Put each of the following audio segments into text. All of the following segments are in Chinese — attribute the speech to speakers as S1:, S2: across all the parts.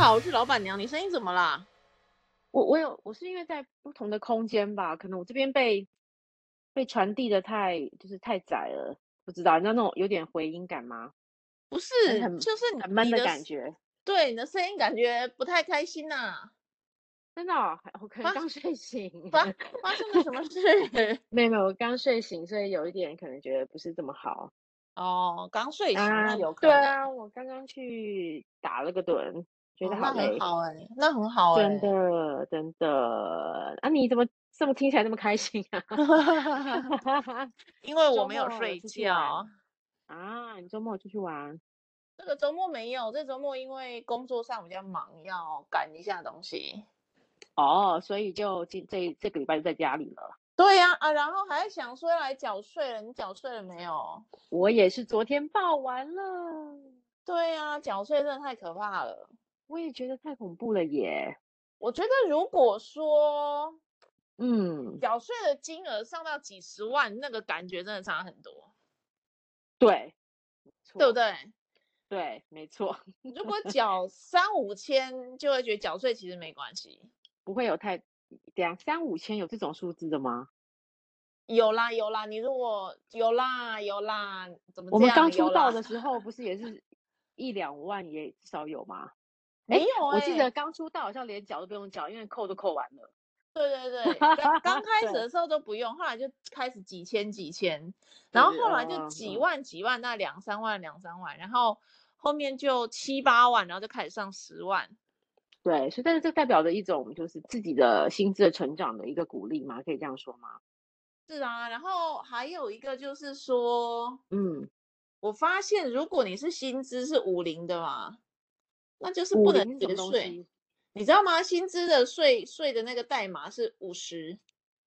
S1: 好，我是老板娘，你声音怎么啦？
S2: 我我有我是因为在不同的空间吧，可能我这边被被传递的太就是太窄了，不知道，你知道那种有点回音感吗？
S1: 不
S2: 就是
S1: 是，
S2: 很
S1: 就是
S2: 很
S1: 你
S2: 闷
S1: 你
S2: 的
S1: 的
S2: 感
S1: 声，
S2: 觉，
S1: 对，你的声音感觉不太开心 呐、
S2: 真的哦、我可能
S1: 发
S2: 刚睡醒，
S1: 发发生了什么事？
S2: 没有没有，我刚睡醒，所以有一点可能觉得不是这么好
S1: 哦，刚睡醒，
S2: 啊。
S1: 那有
S2: 对
S1: 可能。
S2: 啊，我刚刚去打了个盹，觉
S1: 哦，
S2: 得好
S1: 那很
S2: 累，
S1: 好哎、那很好
S2: 真
S1: 哎、
S2: 的真的。啊，你怎么这么听起来这么开心啊？
S1: 因为我
S2: 周
S1: 没有
S2: 末有
S1: 睡
S2: 出去玩
S1: 觉。
S2: 啊？你周末有出去玩？
S1: 这个周末没有，这周末因为工作上比较忙，要赶一下东西。
S2: 哦，所以就今这这个礼拜就在家里了。
S1: 对呀、啊，然后还想说来缴税了，你缴税了没有？
S2: 我也是昨天报完了，
S1: 对呀、缴税真的太可怕了。
S2: 我也觉得太恐怖了耶。
S1: 我觉得如果说
S2: 嗯，
S1: 缴税的金额上到几十万，那个感觉真的差很多，
S2: 对，没
S1: 对不
S2: 错，
S1: 对？
S2: 对，没错，
S1: 如果缴三五千，就会觉得缴税其实没关系。
S2: 不会有太两三五千有这种数字的吗？
S1: 有啦有啦，你如果有啦有啦，怎么
S2: 我
S1: 这
S2: 们刚
S1: 样？
S2: 出
S1: 有
S2: 道
S1: 啦，
S2: 的时候不是也是一两万也至少有 吗？哎，
S1: 没有
S2: 我记
S1: 哎、
S2: 得刚出道好像连缴都不用缴，因为扣都扣完了。
S1: 对 对对，刚刚开始
S2: 对
S1: 的时候都不用，后来就开始几千几千，
S2: 对
S1: 然后
S2: 对，
S1: 后来就
S2: 嗯
S1: 几
S2: 嗯，
S1: 万几万，那两三万两三万，然后后面就七八万，然后就开始上十万。
S2: 对，所以但是这代表着一种就是自己的心智的成长的一个鼓励嘛，可以这样说吗？
S1: 是啊，然后还有一个就是说，
S2: 嗯，
S1: 我发现如果你是薪资是五零的嘛，那就是
S2: 五
S1: 不能
S2: 零是什
S1: 节
S2: 么东
S1: 税，
S2: 西？
S1: 你知道吗？薪资的税税的那个代码是五十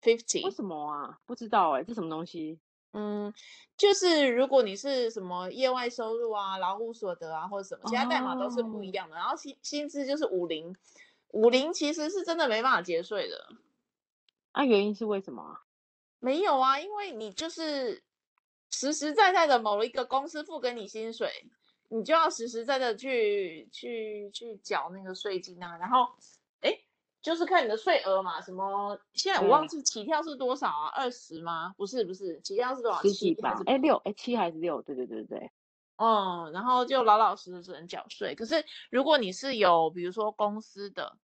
S2: 为
S1: fifty，
S2: 什么啊？不知道哎、这什么东西？
S1: 嗯，就是如果你是什么业外收入啊、劳务所得啊或者什么，其他代码都是不一
S2: 哦，
S1: 样的。然后薪薪资就是五零，五零其实是真的没办法节税的。
S2: 那、原因是为什么啊？
S1: 没有啊，因为你就是实实在在的某一个公司付给你薪水，你就要实实在在的去去去缴那个税金啊。然后，哎，就是看你的税额嘛，什么现在我忘
S2: 对，
S1: 记起跳是多少啊？二十吗？不是不是，起跳是多少？
S2: 十
S1: 七
S2: 几
S1: 啊还
S2: 吧？
S1: 是？
S2: 哎，六哎七还是六？对对对对，
S1: 嗯，然后就老老实实只能缴税。可是如果你是有比如说公司的，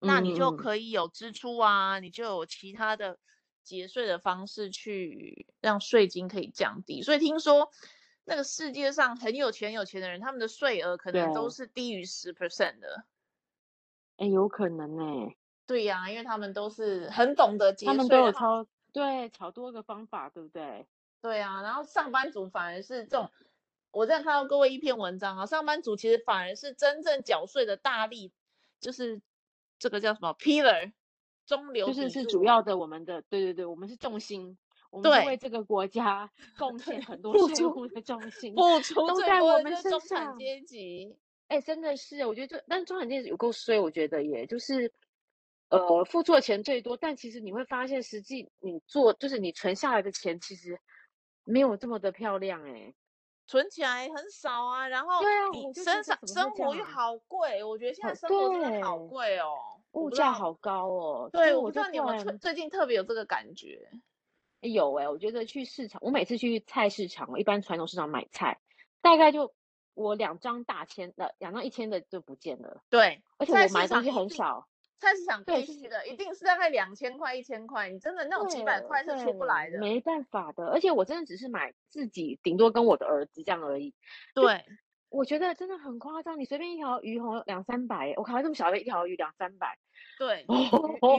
S1: 那你就
S2: 嗯嗯
S1: 可以有支出啊，你就有其他的节税的方式去让税金可以降低。所以听说那个世界上很有钱有钱的人，他们的税额可能都
S2: 嗯，
S1: 是低于十 percent 的。
S2: 对，哎，有可能呢、
S1: 对呀、因为他们都是很懂得
S2: 他
S1: 节
S2: 们
S1: 税，啊
S2: 都
S1: 然
S2: 有
S1: 后
S2: 超，对，超多个方法，对不对？
S1: 对啊，然后上班族反而是这种，我之前看到各位一篇文章啊，上班族其实反而是真正缴税的大力，就是这个叫什么 pillar 中流
S2: 就是
S1: 砥
S2: 是主
S1: 柱，
S2: 要的，我们的，对对对，我们是重心，我们是为
S1: 对
S2: 这个国家 贡
S1: 对，
S2: 献很多
S1: 付
S2: 税
S1: 出
S2: 务的重心，
S1: 付出
S2: 都
S1: 最
S2: 在
S1: 多
S2: 我
S1: 的就
S2: 们
S1: 是
S2: 身
S1: 中产
S2: 上。
S1: 阶级，
S2: 哎、真的是，我觉得就，但是中产阶级有够衰，我觉得也就是，呃，付出的钱最多，但其实你会发现，实际你做就是你存下来的钱，其实没有这么的漂亮、哎，
S1: 存起来很少啊，然后
S2: 对啊，
S1: 你
S2: 我就觉
S1: 身
S2: 得
S1: 上
S2: 怎么会
S1: 生
S2: 这
S1: 活
S2: 样
S1: 又
S2: 啊？
S1: 好贵，我觉得现在
S2: 好，
S1: 生活真的好
S2: 对，
S1: 贵哦，我
S2: 物
S1: 不知
S2: 价
S1: 道，
S2: 好高哦，所以
S1: 对，我
S2: 我
S1: 不知
S2: 就
S1: 道你有
S2: 突
S1: 没有
S2: 然
S1: 特最近特别有这个感觉，
S2: 有哎、我觉得去市场，我每次去菜市场，我一般传统市场买菜，大概就我两张大千的，两张一千的就不见了，
S1: 对，
S2: 而且
S1: 菜
S2: 我
S1: 市
S2: 买东
S1: 场
S2: 西
S1: 一
S2: 很
S1: 定。
S2: 少，
S1: 菜市场
S2: 对，
S1: 必
S2: 就
S1: 须
S2: 是。
S1: 的，一定是大概两千块、一千块，你真的那种几百
S2: 对
S1: 块是出不来
S2: 对，
S1: 的。
S2: 没办法的，而且我真的只是买自己，顶多跟我的儿子这样而已。就
S1: 对，
S2: 我觉得真的很夸张，你随便一条鱼吼两三百，我靠，这么小的一条鱼两三 百，
S1: 对，鱼鱼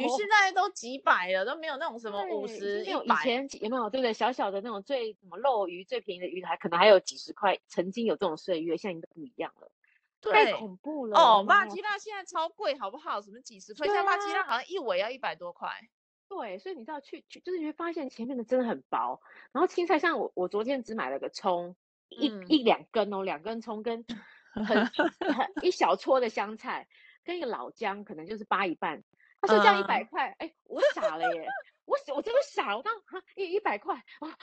S1: 现
S2: 哦，
S1: 在都几百了，都没有那种什么哦五
S2: 对，已经
S1: 十、
S2: 没
S1: 一
S2: 有以
S1: 百。
S2: 前有没有对不对？小小的那种最什么漏鱼最便宜的鱼，还可能还有几十块，曾经有这种岁月，现在已经不一样了，太
S1: 对，
S2: 恐怖了，我的
S1: 哦，
S2: 妈
S1: 巴
S2: 呀！
S1: 吉拉现在超贵，好不好？什么几十块，
S2: 对
S1: 现在巴吉拉
S2: 啊，
S1: 好像一尾要一百多块。
S2: 对，所以你知道去去，就是你会发现前面的真的很薄，然后青菜像我我昨天只买了个葱，一
S1: 嗯，
S2: 一两根哦，两根葱 跟很很一小撮的香菜跟一个老姜，可能就是扒一半。他说这样一百
S1: 嗯，
S2: 块，哎，我傻了耶，我傻我真的傻了，我当哈一一百块啊，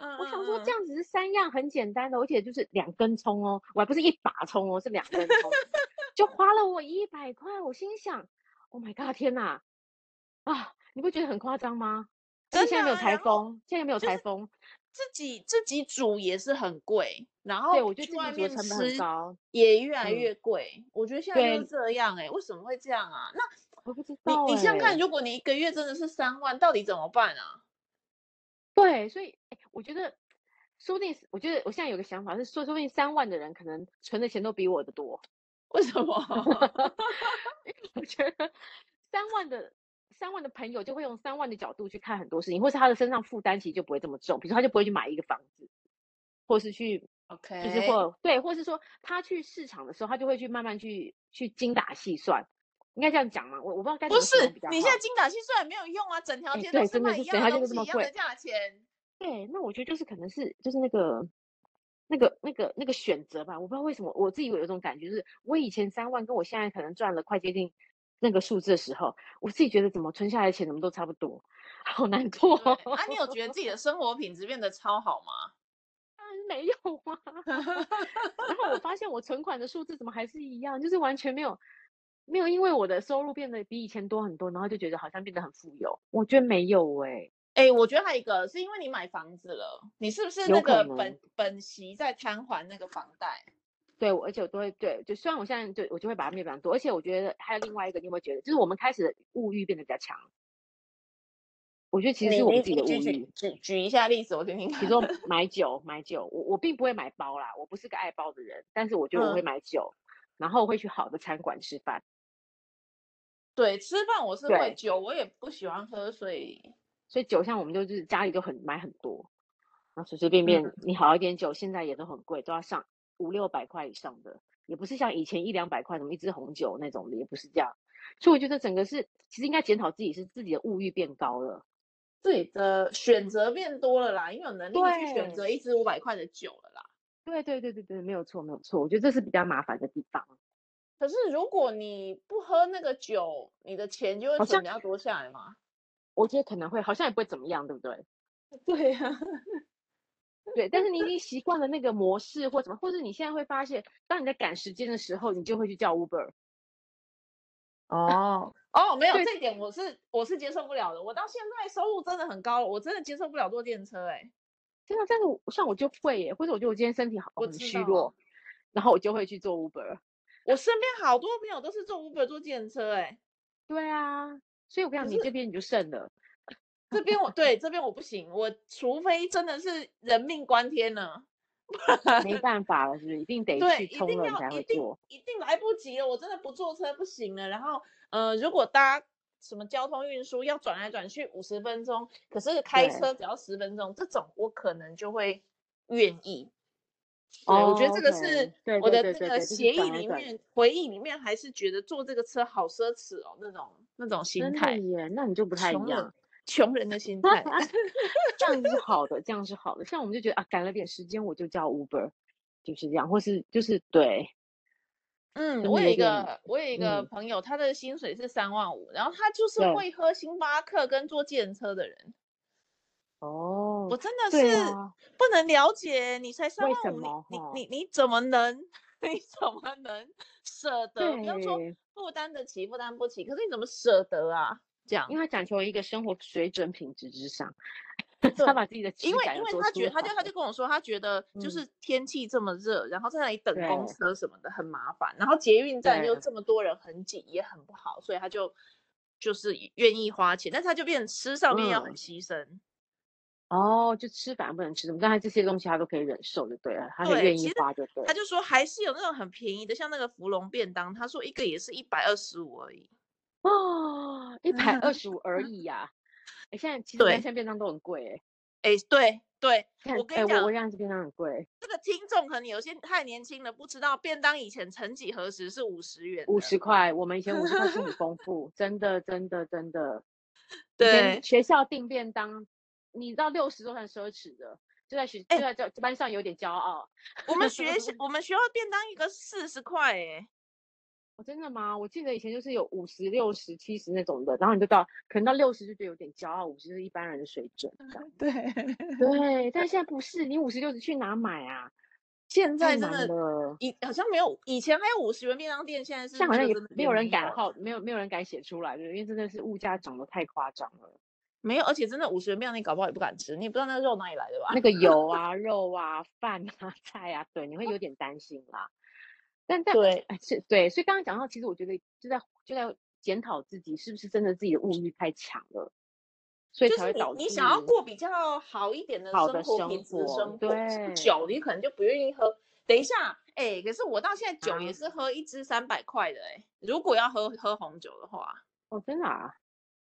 S1: 嗯
S2: 我想说
S1: 嗯
S2: 这
S1: 嗯，
S2: 样 子是三样很简单的，而且就是两根葱哦，我还不是一把葱哦，是两根葱。就花了我一百块，我心想，Oh my god，天哪！啊，你不觉得很夸张吗？而且
S1: 真
S2: 现在没
S1: 的
S2: 有
S1: 啊
S2: 台
S1: 然后
S2: 风，现在没有
S1: 就
S2: 台
S1: 是
S2: 风，
S1: 自己自己煮也是很贵，然后
S2: 对我觉得
S1: 哦去
S2: 自己
S1: 外
S2: 煮的
S1: 面
S2: 成本很
S1: 吃
S2: 高。
S1: 也越来
S2: 嗯
S1: 越贵。我觉得现在就是
S2: 对，
S1: 这样哎、为什么会这样啊？那
S2: 我不知
S1: 你
S2: 道
S1: 你想想看，
S2: 哎、
S1: 如果你一个月真的是三万，到底怎么办啊？
S2: 对，所以哎，我觉得说不定是，我觉得我现在有个想法是说，说不定三万的人可能存的钱都比我的多。
S1: 为什 么？
S2: 我觉得三万的三万的朋友就会用三万的角度去看很多事情，或是他的身上负担其实就不会这么重，比如说他就不会去买一个房子，或是去就是
S1: OK，
S2: 或对，或是说他去市场的时候，他就会去慢慢去去精打细算，应该这样讲吗？我我不知道该
S1: 不
S2: 怎么
S1: 是
S2: 形容比较
S1: 你现在
S2: 好。
S1: 精打细算也没有用啊，整条
S2: 哎，
S1: 街都
S2: 对，
S1: 是
S2: 真的
S1: 卖
S2: 是
S1: 一
S2: 整
S1: 样
S2: 条街都
S1: 的东
S2: 这
S1: 西，
S2: 么
S1: 一样
S2: 贵。
S1: 的价钱。
S2: 对，那我觉得就是可能是就是那个那个那个那个选择吧，我不知道为什么我自己有一种感觉，就是我以前三万跟我现在可能赚了快接近那个数字的时候，我自己觉得怎么存下来的钱怎么都差不多， 好难过
S1: 对
S2: 哦。
S1: 啊，你有觉得自己的生活品质变得超好吗？
S2: 当然没有啊。然后我发现我存款的数字怎么还是一样，就是完全没有没有因为我的收入变得比以前多很多，然后就觉得好像变得很富有。我觉得没有欸诶、
S1: 哎、我觉得还有一个是因为你买房子了，你是不是
S2: 有
S1: 那
S2: 可
S1: 个
S2: 能。
S1: 本本息在摊还那个房贷？
S2: 对，我而且我都会对，就虽然我现在对我就会把它灭掉多，而且我觉得还有另外一个，你有没有觉得，就是我们开始物欲变得比较强？我觉得其实是
S1: 你
S2: 我
S1: 你
S2: 们自己
S1: 你
S2: 的
S1: 举
S2: 物
S1: 举
S2: 欲，
S1: 举举一下例子，我听听
S2: 比如
S1: 看。
S2: 说买酒，买酒，我我并不会买包啦，我不是个爱包的人，但是我觉得我会
S1: 嗯，
S2: 买酒，然后会去好的餐馆吃饭。
S1: 对，吃饭我是会
S2: 对，
S1: 酒，我也不喜欢喝，所以
S2: 所以酒像我们就是家里就很买很多，然后随随便
S1: 嗯，
S2: 便你好一点酒，现在也都很贵，都要上五六百块以上的，也不是像以前一两百块什么一支红酒那种的，也不是这样。所以我觉得整个是，其实应该检讨自己是自己的物欲变高了。
S1: 自己的选择变多了啦，因为有能力去选
S2: 对，
S1: 择一支五百块的酒了啦。
S2: 对对对对对，没有错没有错，我觉得这是比较麻烦的地方，
S1: 可是如果你不喝那个酒，你的钱就会
S2: 好像
S1: 存比较多下来嘛。
S2: 我觉得可能会好像也不会怎么样，对不 对？
S1: 对 呀、
S2: 对，但是你已经习惯了那个模式或怎么，或者你现在会发现，当你在赶时间的时候，你就会去叫 Uber。
S1: 哦哦，没有
S2: 对，
S1: 这一点，我是我是接受不了的。我到现在收入真的很高了，我真的接受不了坐电车、欸。哎，
S2: 真啊的，但是我像我就会耶，或者我觉得我今天身体好
S1: 我
S2: 很
S1: 知
S2: 虚
S1: 道，
S2: 弱，然后我就会去做 Uber。
S1: 我身边好多朋友都是坐 Uber 坐电车、欸。哎，
S2: 对啊，所以我跟你讲，
S1: 可是
S2: 你这边你就胜了。
S1: 这边我对这边我不行，我除非真的是人命关天了，不
S2: 没
S1: 然
S2: 办法了，是不是？一定得
S1: 对
S2: 去
S1: 一
S2: 冲
S1: 定
S2: 了，你
S1: 要
S2: 才
S1: 一
S2: 会
S1: 定
S2: 做。
S1: 一定来不及了，我真的不坐车不行了。然后呃，如果搭什么交通运输要转来转去五十分钟，可是开
S2: 对，
S1: 车只要十分钟，这种我可能就会愿意。对，我觉得
S2: 哦
S1: 这
S2: ，OK，
S1: 个是
S2: 对
S1: 我
S2: 对对
S1: 的那
S2: 对
S1: 个
S2: 对，就是
S1: 协
S2: 转
S1: 议
S2: 来
S1: 里
S2: 转去，
S1: 面回忆里面，还是觉得坐这个车好奢侈哦，那种那种心
S2: 真的
S1: 态，
S2: 耶，那你就不太一
S1: 穷人
S2: 样。
S1: 穷人的心态。
S2: 这样子是好 的，这样是好的。像我们就觉得啊，赶了点时间，我就叫 Uber，就是这样，或是就是对，
S1: 嗯，
S2: 真
S1: 我
S2: 的
S1: 有
S2: 有
S1: 一
S2: 点，
S1: 个我有一个
S2: 嗯，
S1: 朋友，他的薪水是三万五，然后他就是
S2: 对，
S1: 会喝星巴克跟坐计程车的人，
S2: 哦，
S1: 我真的
S2: 对
S1: 是
S2: 啊，
S1: 不能了解。你才三
S2: 为
S1: 万
S2: 什
S1: 五，你
S2: 么
S1: 你
S2: 哈？
S1: 你你怎么能你怎么能舍得？不要说
S2: 对，
S1: 负担得起，负担不起，可是你怎么舍得啊？这样
S2: 因为他讲求一个生活水准品质之上，他
S1: 对，
S2: 把自己的
S1: 因
S2: 质
S1: 为
S2: 感
S1: 因
S2: 要
S1: 为
S2: 做
S1: 他
S2: 出
S1: 觉他就
S2: 来。
S1: 他就跟我说，他觉得就
S2: 嗯，
S1: 是天气这么热，然后在那里等公
S2: 对
S1: 车什么的很麻烦，然后捷运站又
S2: 对，
S1: 这么多人很挤，也很不好，所以他就就是愿意花钱，但是他就变成吃上面要很
S2: 嗯，
S1: 牺牲。
S2: 哦，就吃反而不能吃什么，但他这些东西他都可以忍受，就对了，他很
S1: 对，
S2: 愿
S1: 其
S2: 意
S1: 实
S2: 花，就对
S1: 他
S2: 了。
S1: 就说还是有那种很便宜的，像那个芙蓉便当，他说一个也是一百二十五而已。
S2: 哦，一百二十五 而已呀、哎，现在其实你看，
S1: 对，
S2: 现在便当都很贵哎。
S1: 哎，对对，我
S2: 看，
S1: 跟
S2: 哎，我
S1: 你讲，
S2: 我这样子便当很贵，
S1: 这个听众可能有些太年轻了，不知道便当以前曾几何时是五十元
S2: 五
S1: 的。
S2: 十块，我们以前五十块 吃很丰富，真的真的真的。以前
S1: 对，
S2: 学校订便当，你到六十都算奢侈的，就在学就
S1: 哎，
S2: 在这班上有点骄傲。
S1: 我们学校我们学校便当一个四十块 哎，
S2: 我哦真的吗？我记得以前就是有五十六十七十那种的，然后你就到可能到六十就觉得有点骄傲，五十就是一般人
S1: 嗯
S2: 的水准这样。
S1: 对，
S2: 对，但现在不是，你五十六十去哪买啊？
S1: 现在
S2: 太
S1: 真
S2: 难
S1: 的
S2: 了。
S1: 以好像没有，以前还有五十元便当店，现在是
S2: 现在好
S1: 那
S2: 像
S1: 个
S2: 也
S1: 真的
S2: 没有人敢
S1: 了
S2: 号，没有没有人敢写出来，对，因为真的是物价涨得太夸张 了。
S1: 没有，而且真的五十元便当店搞不好也不敢吃，你也不知道那个肉哪里来的吧？
S2: 那个油啊、肉啊、饭啊、 菜啊，对，你会有点担心啦。但但
S1: 对，
S2: 哎是对，所以刚刚讲到，其实我觉得就在就在检讨自己是不是真的自己的物欲太强了，所以
S1: 就
S2: 才会
S1: 是你
S2: 导致
S1: 你想要过比较好一点的
S2: 好
S1: 生
S2: 的
S1: 活
S2: 生
S1: 品质的
S2: 活
S1: 生活，像
S2: 对
S1: 酒你可能就不愿意喝。等一下，哎、可是我到现在酒也
S2: 啊
S1: 是喝一支三百块的、哎，如果要喝喝红酒的话，
S2: 哦，真的啊。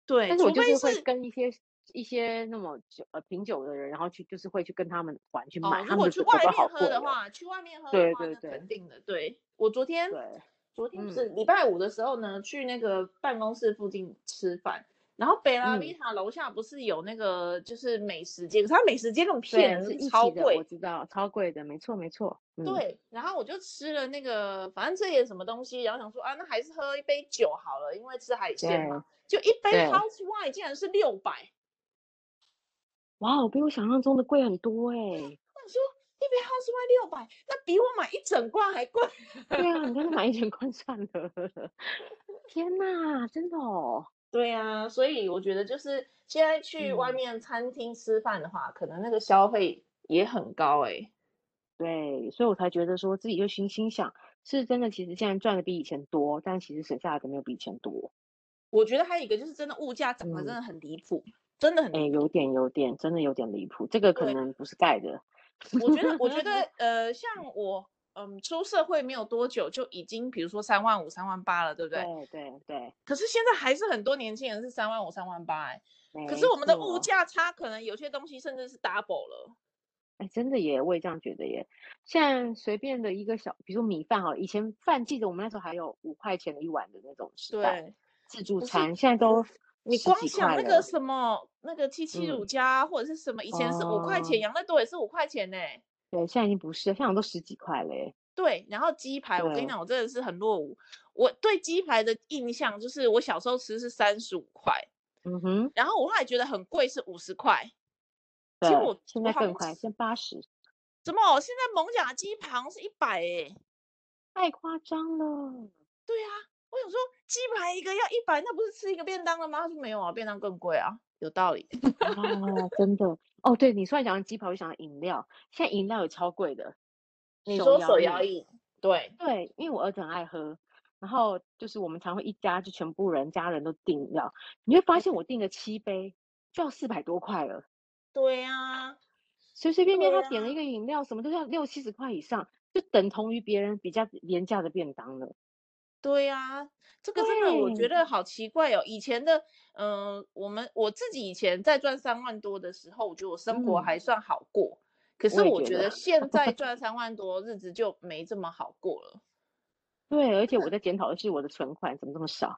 S1: 对，
S2: 但是我
S1: 除
S2: 就
S1: 非
S2: 是
S1: 是
S2: 会跟一些一些那么酒呃品酒的人，然后去就是会去跟他们玩去买，
S1: 哦，
S2: 他们
S1: 如果
S2: 的
S1: 去
S2: 酒
S1: 外
S2: 都
S1: 面
S2: 好
S1: 喝
S2: 贵
S1: 的
S2: 哦，
S1: 话，去外面喝
S2: 对
S1: 的话，
S2: 对
S1: 那肯
S2: 对
S1: 定的。对我昨天
S2: 对，
S1: 昨天不
S2: 嗯
S1: 是礼拜五的时候呢，去那个办公室附近吃饭，然后北拉
S2: 嗯
S1: 维塔楼下不是有那个就是美食街，可是它美食街那种
S2: 对
S1: 骗人，
S2: 是
S1: 是
S2: 一
S1: 超
S2: 起的，
S1: 贵
S2: 我，知道，超贵的，没错没错，嗯，
S1: 对，然后我就吃了那个，反正这也什么东西，然后想说啊，那还是喝一杯酒好了，因为吃海鲜
S2: 对
S1: 嘛。就一杯
S2: 对
S1: house wine 竟然是六百，
S2: 哇哦，比我想象中的贵很多哎、
S1: 我想说一杯 house wine 六百，那比我买一整罐还贵。
S2: 对啊，你干脆买一整罐 算了。天哪，真的哦，
S1: 对啊，所以我觉得就是现在去外
S2: 嗯
S1: 面餐厅吃饭的话，可能那个消费也很高哎、
S2: 对，所以我才觉得说自己就心心想，是真的，其实现在赚的比以前多，但其实省下来的没有比以前多。
S1: 我觉得还有一个就是真的物价涨得真
S2: 嗯
S1: 的很离谱，真的很
S2: 哎，
S1: 离谱。
S2: 有点，有点，真的有点离谱，这个可
S1: 对
S2: 能不是盖的。
S1: 我觉得，我觉得， 呃，像我，嗯，出社会没有多久就已经，比如说三万五、三万八了，对不对？
S2: 对对对，
S1: 可是现在还是很多年轻人是三万五、三万八，哎，可
S2: 没
S1: 是我们的物
S2: 错。
S1: 价差可能有些东西甚至是 double 了。
S2: 哎，真的耶，我也这样觉得耶。现在随便的一个小，比如说米饭哈，以前饭记得我们那时候还有五块钱的一碗的那种时代，
S1: 对，
S2: 自助
S1: 不是
S2: 餐，现在都
S1: 你
S2: 十
S1: 光
S2: 几
S1: 想
S2: 块
S1: 那个
S2: 了。
S1: 什么那个七七乳
S2: 嗯，
S1: 加啊或者是什么，以前是五块钱，
S2: 哦，
S1: 养乐多也是五块钱呢、
S2: 对，现在已经不是了，现在我都十几块嘞。
S1: 对，然后鸡排，我跟
S2: 对，
S1: 你讲，我真的是很落伍。我对鸡排的印象就是我小时候吃是三十五块，
S2: 嗯哼，
S1: 然后我后来觉得很贵是五十块。结
S2: 对，
S1: 果我
S2: 现
S1: 我
S2: 在
S1: 好
S2: 更
S1: 像
S2: 快，
S1: 吃
S2: 现在八十，
S1: 怎么现在蒙甲鸡排好像是一百哎，
S2: 太夸张了。
S1: 对啊，我想说鸡排一个要一百，那不是吃一个便当了吗？他说没有啊，便当更贵啊，有道理。
S2: 啊，真的哦，对你突然讲到鸡排，我就想到饮料，现在饮料也超贵的，
S1: 你
S2: 手
S1: 说
S2: 摇
S1: 手摇
S2: 饮。
S1: 椅，对，
S2: 对，因为我儿子很爱喝，然后就是我们常会一家就全部人家人都订饮料，你会发
S1: 嗯
S2: 现我订了七杯就要四百多块了，
S1: 对啊，
S2: 随随便便
S1: 对
S2: 他点了一
S1: 啊，
S2: 个饮料，什么都要六七十块以上，就等同于别人比较廉价的便当了。
S1: 对啊，这个真的我
S2: 对，
S1: 觉得好奇怪哦。以前的，嗯、我们我自己以前在赚三万多的时候，我觉得我生活
S2: 嗯，
S1: 还算好过。可是
S2: 我也
S1: 我
S2: 觉
S1: 觉得
S2: 得，啊
S1: 现在赚三万多，日子就没这么好过了。
S2: 对，而且我在检讨的是我的存款怎么这么少。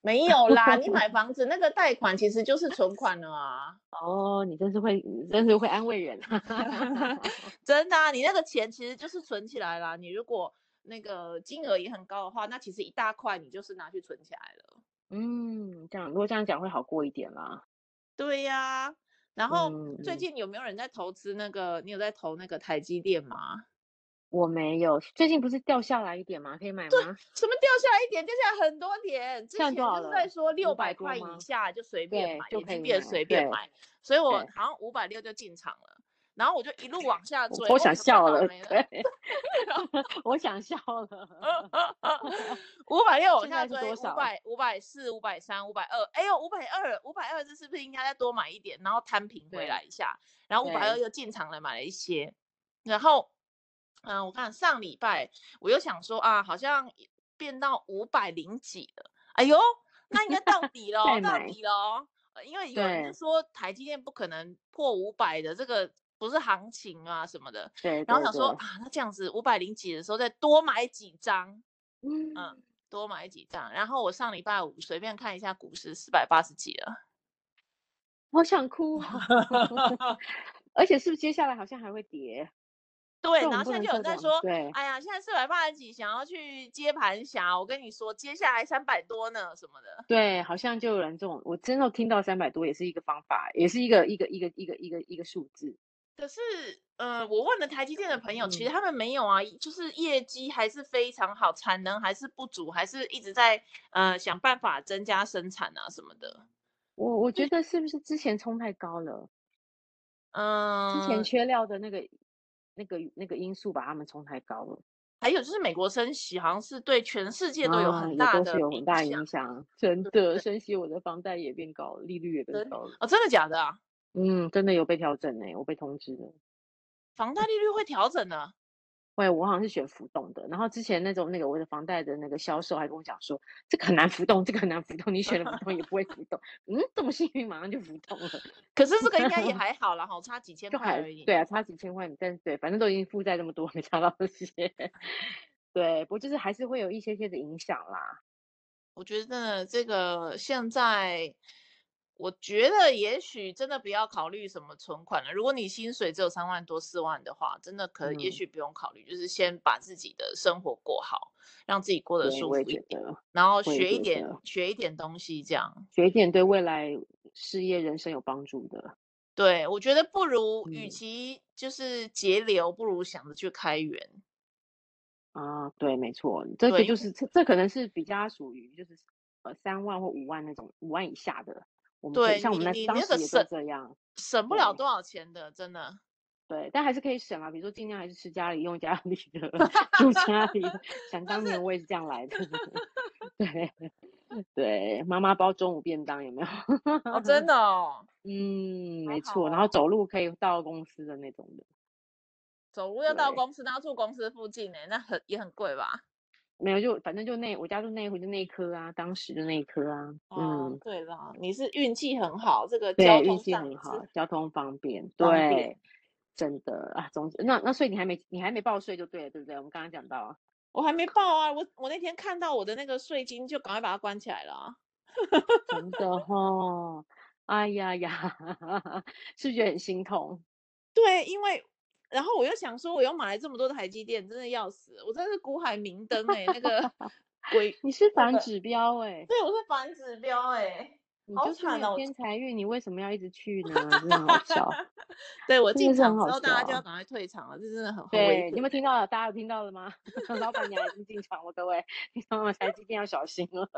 S1: 没有啦，你 买房子那个贷款其实就是存款了啊。
S2: 哦，你真是会，你真是会安慰人，哈哈哈哈哈。
S1: 真的啊，你那个钱其实就是存起来啦。你如果那个金额也很高的话，那其实一大块你就是拿去存起来了。
S2: 嗯，这样如果这样讲会好过一点啦。
S1: 对呀、然后
S2: 嗯
S1: 最
S2: 嗯，
S1: 近有没有人在投资那个？你有在投那个台积电吗？
S2: 我没有，最近不是掉下来一点吗？可以买
S1: 对，
S2: 吗？
S1: 什么掉下来一点，掉下来很多点。之
S2: 现在多
S1: 前
S2: 少
S1: 就是在
S2: 了？
S1: 说
S2: 五
S1: 六
S2: 百
S1: 百
S2: 多
S1: 块以
S2: 吗？
S1: 下就随便
S2: 对，
S1: 买，
S2: 就
S1: 已
S2: 可
S1: 经
S2: 以
S1: 变
S2: 买。
S1: 随便
S2: 对
S1: 买，所以我
S2: 对，
S1: 好像五百六就进场了，然后我就一路往下
S2: 我我
S1: 追，哎我
S2: 想
S1: 想说
S2: 笑
S1: 倒
S2: 了，
S1: 霉了，
S2: 对， 我想笑
S1: 嗯
S2: 了。
S1: 五百六往
S2: 现
S1: 下
S2: 在是
S1: 追，
S2: 多
S1: 五
S2: 少？
S1: 百五百四、五百三、五百二，哎呦，五百二，五百二，这是不是应该再多买一点，然后摊平回
S2: 对
S1: 来一下？然后五百二
S2: 对，
S1: 又进场了买了一些，然后，嗯、我看上礼拜我又想说啊，好像也变到五百零几了，哎呦，那应该到 底喽，
S2: 再
S1: 到
S2: 买。
S1: 底喽，呃因为有人
S2: 对
S1: 就说台积电不可能破五百的，这个不是行情啊什么的，
S2: 对
S1: 然后
S2: 对
S1: 想说
S2: 对，
S1: 啊，那这样子五百零几的时候再多买几张。嗯，
S2: 嗯，
S1: 多买几张。然后我上礼拜五随便看一下股市，四百八十几 了。
S2: 好想哭哦。 而且是不是接下来好像还会跌？所
S1: 对，
S2: 以我们
S1: 然后
S2: 不
S1: 现在
S2: 能做
S1: 就有人
S2: 这
S1: 在
S2: 种。
S1: 说，
S2: 对，
S1: 哎呀，现在四百八十几，想要去接盘侠。我跟你说，接下来三百多呢，什么的。
S2: 对，好像就有人这种，我真的听到三百多也是一个方法，也是一个一个一个一个一个一个数字。
S1: 可是，呃，我问了台积电的朋友，
S2: 嗯
S1: 其实他们没有啊，就是业绩还是非常好，产能还是不足，还是一直在呃想办法增加生产啊什么的。
S2: 我我觉得是不是之前冲太高了，
S1: 嗯，
S2: 之前缺料的那个那个那个因素把他们冲太高了，
S1: 还有就是美国升息好像是对全世界都有
S2: 啊
S1: 很
S2: 也
S1: 大
S2: 都
S1: 的
S2: 是有很大
S1: 响
S2: 影响，真
S1: 对对
S2: 的，升息我的房贷也变高了，利率也
S1: 真
S2: 变高了，
S1: 哦，真的假的啊？
S2: 嗯，真的有被调整呢、欸我被通知了。
S1: 房贷利率会调整的、
S2: 喂，我好像是选浮动的，然后之前那种那个我的房贷的那个销售还跟我讲说，这个很难浮动，这个很难浮动，你选了浮动也不会浮动，嗯，这么幸运马 上就浮动了，
S1: 可是这个应该 也还好啦，哈，差几千
S2: 就
S1: 块
S2: 还
S1: 而已。
S2: 对啊，差几千块，但是对，反正都已经负债这么多，没差到这些， 对，不过就是还是会有一些些的影响啦，
S1: 我觉得真的这个现在，我觉得也许真的不要考虑什么存款了。如果你薪水只有三万多、四万的话，真的可也
S2: 嗯
S1: 许不用考虑，就是先把自己的生活过好，让自己过得
S2: 对，
S1: 舒
S2: 我也
S1: 服一
S2: 觉
S1: 点，
S2: 得，
S1: 然后
S2: 我也
S1: 学一
S2: 觉
S1: 点
S2: 得，
S1: 学一点东西，这样。
S2: 学一点对未来事业人生有帮助的，
S1: 对，我觉得不如与
S2: 嗯
S1: 其就是节流，不如想着去开源。
S2: 啊，对，没错，这个
S1: 对，因
S2: 就
S1: 为
S2: 是这这可能是比较属于就是呃三万或五万那种五万以下的，我们可以
S1: 对
S2: 像我
S1: 你
S2: 们那
S1: 你
S2: 当
S1: 那个
S2: 时也都
S1: 省
S2: 这样，
S1: 省不了
S2: 对
S1: 多少钱的，真的。
S2: 对，但还是可以省啊，比如说尽量还是吃家里用家里的 住家里的，想当
S1: 但是
S2: 年我也是这样 来的，对对，妈妈包中午便当有没 有？
S1: 哦，真的哦，
S2: 嗯，
S1: 好
S2: 没
S1: 好
S2: 错，然后
S1: 哦。
S2: 走路可以到公司的那种的，
S1: 走路要到
S2: 对。
S1: 公司，然后住公司附近呢、那很也很贵吧？
S2: 没有，就反正就那我家住内湖就那一科啊，当时就那一科啊，
S1: 哦，
S2: 嗯，
S1: 对啦，你是运气很好，这个
S2: 对，
S1: 交
S2: 运
S1: 通
S2: 气
S1: 上
S2: 很
S1: 也是
S2: 好，交通方便，
S1: 方便。
S2: 对，真的啊，总之那那所以你还没你还没报税就对了，对不对？我们刚刚讲到 啊，
S1: 我还没报啊，我我那天看到我的那个税金，就赶快把它关起来了啊。
S2: 真的哈、哎呀呀， 是不是觉得很心痛？
S1: 对，因为然后我又想说，我又买了这么多的台积电，真的要死，我真的是股海明灯哎、那个鬼
S2: 你是
S1: 那
S2: 反
S1: 个，
S2: 指标哎、
S1: 对我是反指标哎、
S2: 你
S1: 好
S2: 就是没
S1: 惨
S2: 有
S1: 哦！
S2: 偏财运，你为什么要一直去呢？真的 好笑，
S1: 对我
S2: 真
S1: 进
S2: 的是
S1: 场
S2: 很
S1: 之
S2: 好
S1: 后，大家就要
S2: 笑。
S1: 赶快退场了，这真的很很危
S2: 对，你有没
S1: 险
S2: 有
S1: 哎、
S2: 听到了？大家有听到了吗？ 老板娘已经进场了，各位， 你上了台积电要小心了。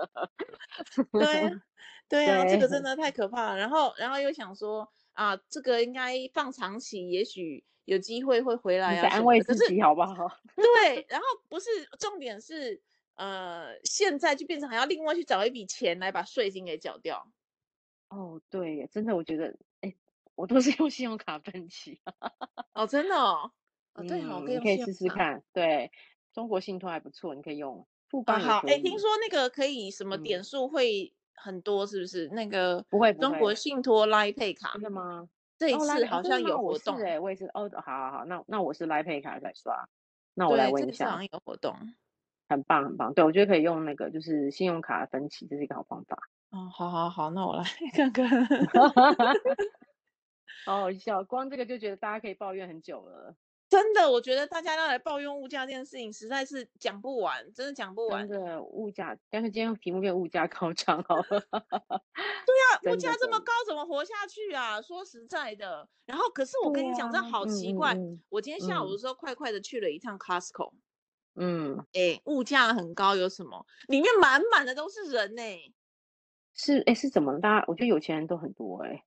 S1: 对 呀，对呀，这
S2: 对，
S1: 个真的太可怕了。然后，然后又想说啊，这个应该放长期，也许有机会会回来
S2: 你在
S1: 啊
S2: 安
S1: 什么
S2: 慰
S1: 的。可
S2: 自
S1: 是，
S2: 己好不好？
S1: 对，然后不是重点是，呃，现在就变成还要另外去找一笔钱来把税金给缴掉。
S2: 哦，对耶，真的，我觉得，哎，我都是用信用卡 分期。
S1: 哦，真的哦，哦，对哦，可
S2: 嗯，
S1: 以
S2: 你
S1: 用
S2: 可以
S1: 信用
S2: 试试
S1: 卡
S2: 看。对，中国信托还不错，你可以用，富
S1: 啊。
S2: 邦也
S1: 好，
S2: 可
S1: 哎，听
S2: 以。
S1: 说那个可以什么点
S2: 嗯，
S1: 数会很多，是不是？那个
S2: 不会不
S1: 中国
S2: 会，
S1: 信托 Line
S2: 真
S1: Pay 卡
S2: 的吗？
S1: 这一
S2: 哦，拉
S1: 次
S2: 佩哦，
S1: 好
S2: 真的
S1: 像
S2: 吗？
S1: 有
S2: 我
S1: 活
S2: 是
S1: 动，
S2: 哎，我也是哦，好好好，那那我是拉佩卡在刷，那我来
S1: 对，这
S2: 问一
S1: 一次好
S2: 下，
S1: 像有活动。
S2: 很棒很棒，对我觉得可以用那个就是信用卡分期，这是一个好方法。
S1: 哦，好好好，那我来 看看。
S2: 好好笑，光这个就觉得大家可以抱怨很久了，
S1: 真的，我觉得大家要来抱怨物价这件事情，实在是讲不完，真的讲不完。
S2: 真的物价，但是今天题目变物价高涨好了，
S1: 那啊 物
S2: 真
S1: 价
S2: 的
S1: 这么
S2: 真
S1: 高，
S2: 的，
S1: 怎么活下去啊？说实在的，然后可是我
S2: 对
S1: 跟你
S2: 呀、
S1: 讲，真的好
S2: 嗯
S1: 奇怪。
S2: 嗯
S1: 我今天下午的
S2: 嗯
S1: 时候，快快的去了一趟 Costco，
S2: 嗯嗯，
S1: 哎，物价很高，有什么？里面满满的都是人呢、
S2: 是哎是怎么了？大家我觉得有钱人都很多哎、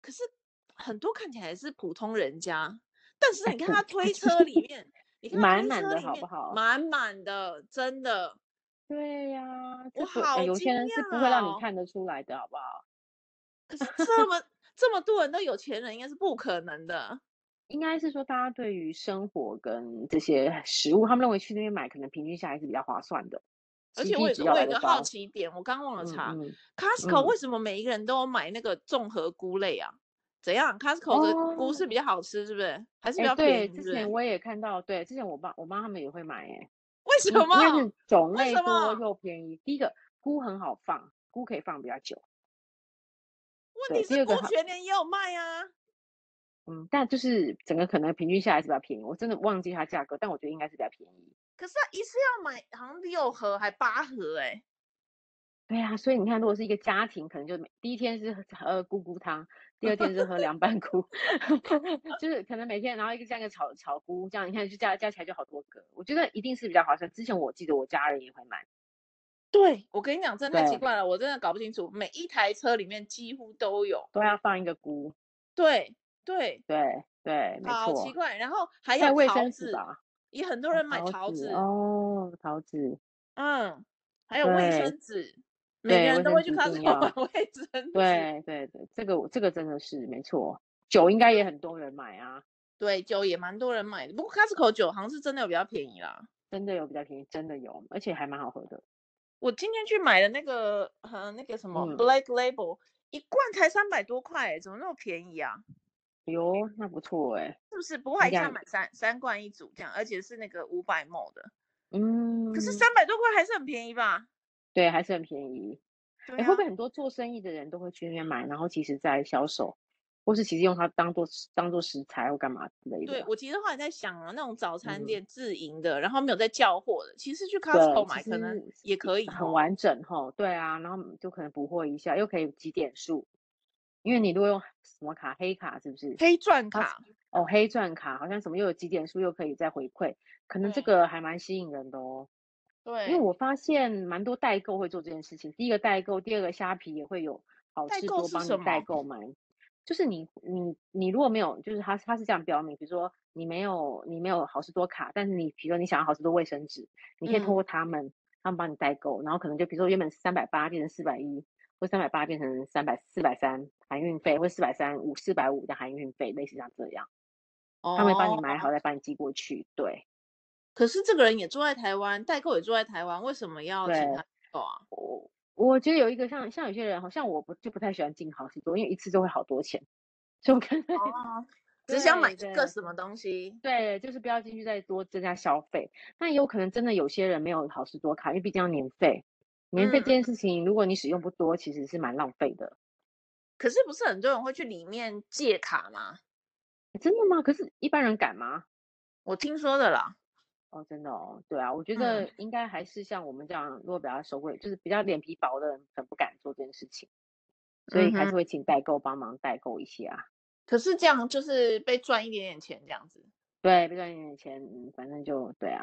S1: 可是很多看起来是普通人家，但是
S2: 哎
S1: 你看
S2: 不
S1: 他
S2: 不就
S1: 推
S2: 是
S1: 车 里面，你看他
S2: 满
S1: 推
S2: 满
S1: 车
S2: 的
S1: 里
S2: 好不
S1: 面
S2: 好？
S1: 满满的，真的，
S2: 对呀、
S1: 我
S2: 这不哎
S1: 好
S2: 有
S1: 惊
S2: 些人是不会
S1: 讶
S2: 让你
S1: 哦。
S2: 看得出来的好不好？
S1: 可是这么这么多人都有钱人，应该是不可能的。
S2: 应该是说，大家对于生活跟这些食物，他们认为去那边买可能平均下来是比较划算的，
S1: 而
S2: 实
S1: 且我
S2: 际
S1: 有
S2: 只
S1: 个
S2: 要
S1: 我有
S2: 来
S1: 一
S2: 的
S1: 个好
S2: 高。
S1: 奇点，我刚忘了
S2: 嗯
S1: 查
S2: 嗯
S1: ，Costco
S2: 嗯，
S1: 为什么每一个人都有买那个综合菇类啊？怎样？Costco 的菇
S2: 哦，
S1: 是比较好吃，是不是？还是比
S2: 哎，
S1: 较便
S2: 对，
S1: 宜，
S2: 之
S1: 是不是？
S2: 前我也看到，对，之前我爸我妈他们也会买，哎，
S1: 为什
S2: 嗯，应该
S1: 么？
S2: 是种
S1: 为
S2: 类
S1: 什
S2: 多
S1: 么？
S2: 又便宜。第一个菇很好放，菇可以放比较久，
S1: 问
S2: 对。
S1: 题
S2: 第
S1: 是
S2: 二
S1: 菇
S2: 个好，
S1: 全年也有卖啊。
S2: 嗯，但就是整个可能平均下来是比较便宜，我真的忘记它价格，但我觉得应该是比较便宜。
S1: 可是他一次要买好像六盒还八盒哎、
S2: 对啊，所以你看，如果是一个家庭，可能就每第一天是喝咕咕汤，第二天是喝凉拌菇， 就是可能每天，然后一个加一个炒炒菇，这样你看就加加起来就好多个，我觉得一定是比较划算。之前我记得我家人也会买，
S1: 对，我跟你讲，真的太奇
S2: 对
S1: 怪了，我真的搞不清楚，每一台车里面几乎都有。
S2: 都要放一个菇，
S1: 对对，
S2: 对对，没
S1: 好
S2: 错
S1: 奇，怪。然后
S2: 还
S1: 还
S2: 有
S1: 有
S2: 卫
S1: 桃
S2: 生纸
S1: 子，
S2: 吧，
S1: 也很多
S2: 哦
S1: 人买
S2: 桃
S1: 桃
S2: 子
S1: 子，
S2: 哦，桃子，
S1: 嗯，还有卫
S2: 对
S1: 生纸，每
S2: 对
S1: 个
S2: 卫
S1: 人都
S2: 生
S1: 会去
S2: 纸一
S1: 看
S2: 定
S1: 到买
S2: 要
S1: 卫生纸。
S2: 对对对，这个我这个真的是没错，酒应该也很多人买啊，
S1: 对，酒也蛮多人买的，不过 Costco 酒好像是真的有比较便宜啦。
S2: 真的有比较便宜，真的有，而且还蛮好喝的，
S1: 我今天去买的那个，呃，那个什么
S2: 嗯，
S1: Black Label，一罐才三百多块欸，怎么那么便宜啊？
S2: 哟，哎那不错哎，
S1: 是不是？不过
S2: 应
S1: 还是
S2: 该
S1: 要买三三罐一组这样，而且是那个五百 ml 的。可是
S2: 嗯。
S1: 三百多块还是很便宜吧？
S2: 对，还是很便宜。
S1: 对
S2: 哎，会不
S1: 啊，
S2: 会很多做生意的人都会去那边买，然后其实在销售，或是其实用它当做当做食材或干嘛之类
S1: 对
S2: 的？
S1: 我其实后来在想啊，那种早餐
S2: 嗯，
S1: 店自营的，然后没有在叫货的，其实去 Costco
S2: 对，其
S1: 买可能
S2: 实
S1: 也可以
S2: 很
S1: 哦。
S2: 完整吼。对啊，然后就可能补货一下，又可以积点数，因为你如果用什么卡，黑卡是不是？
S1: 黑钻
S2: 它是
S1: 卡，
S2: 哦，黑钻卡好像什么又有积点数，又可以再回馈，可能这
S1: 嗯，
S2: 个还蛮吸引人的哦。因为
S1: 对，
S2: 我发现蛮多代购会做这件事情。第一个代购，第二个虾皮也会有好
S1: 代
S2: 事
S1: 购
S2: 多
S1: 是
S2: 帮
S1: 什
S2: 你代
S1: 么？
S2: 购买。就是你你你如果没有，就是它它是这样标明，比如说你没有你没有好事多卡，但是你比如说你想要好事多卫生纸，你可以通
S1: 嗯，
S2: 过他们他们帮你代购，然后可能就比如说原本三百八变成四百一，或三百八变成三百四百三含运费，或四百三五四百五的含运费，类似像这样，他们会帮你买
S1: 哦，
S2: 好再帮你寄过去。对
S1: 可是这个人也住在台湾，代购也住在台湾，为什么要请
S2: 对。
S1: 他购啊？
S2: 我我觉得有一个像像有些人，好像我不就不太喜欢进好事多，因为一次就会好多钱，所以我可能
S1: 哦，只想买
S2: 对
S1: 一个
S2: 对
S1: 什么东西？
S2: 对，就是不要进去再多增加消费。那也有可能真的有些人没有好事多卡，因为毕竟要年费，年费这
S1: 嗯，
S2: 件事情，如果你使用不多，其实是蛮浪费的。
S1: 可是不是很多人会去里面借卡吗？
S2: 真的吗？可是一般人敢吗？
S1: 我听说的啦。
S2: 哦，真的哦，对啊，我觉
S1: 嗯，
S2: 得应该还是像我们这样，如果比较熟会，就是比较脸皮薄的人，可能不敢做这件事情，所
S1: 嗯
S2: 以还是
S1: 哼，
S2: 会请代购帮忙代购一下。啊
S1: 可是这样就是被赚一点点钱这样子。
S2: 对，不赚一点钱，嗯反正就对啊，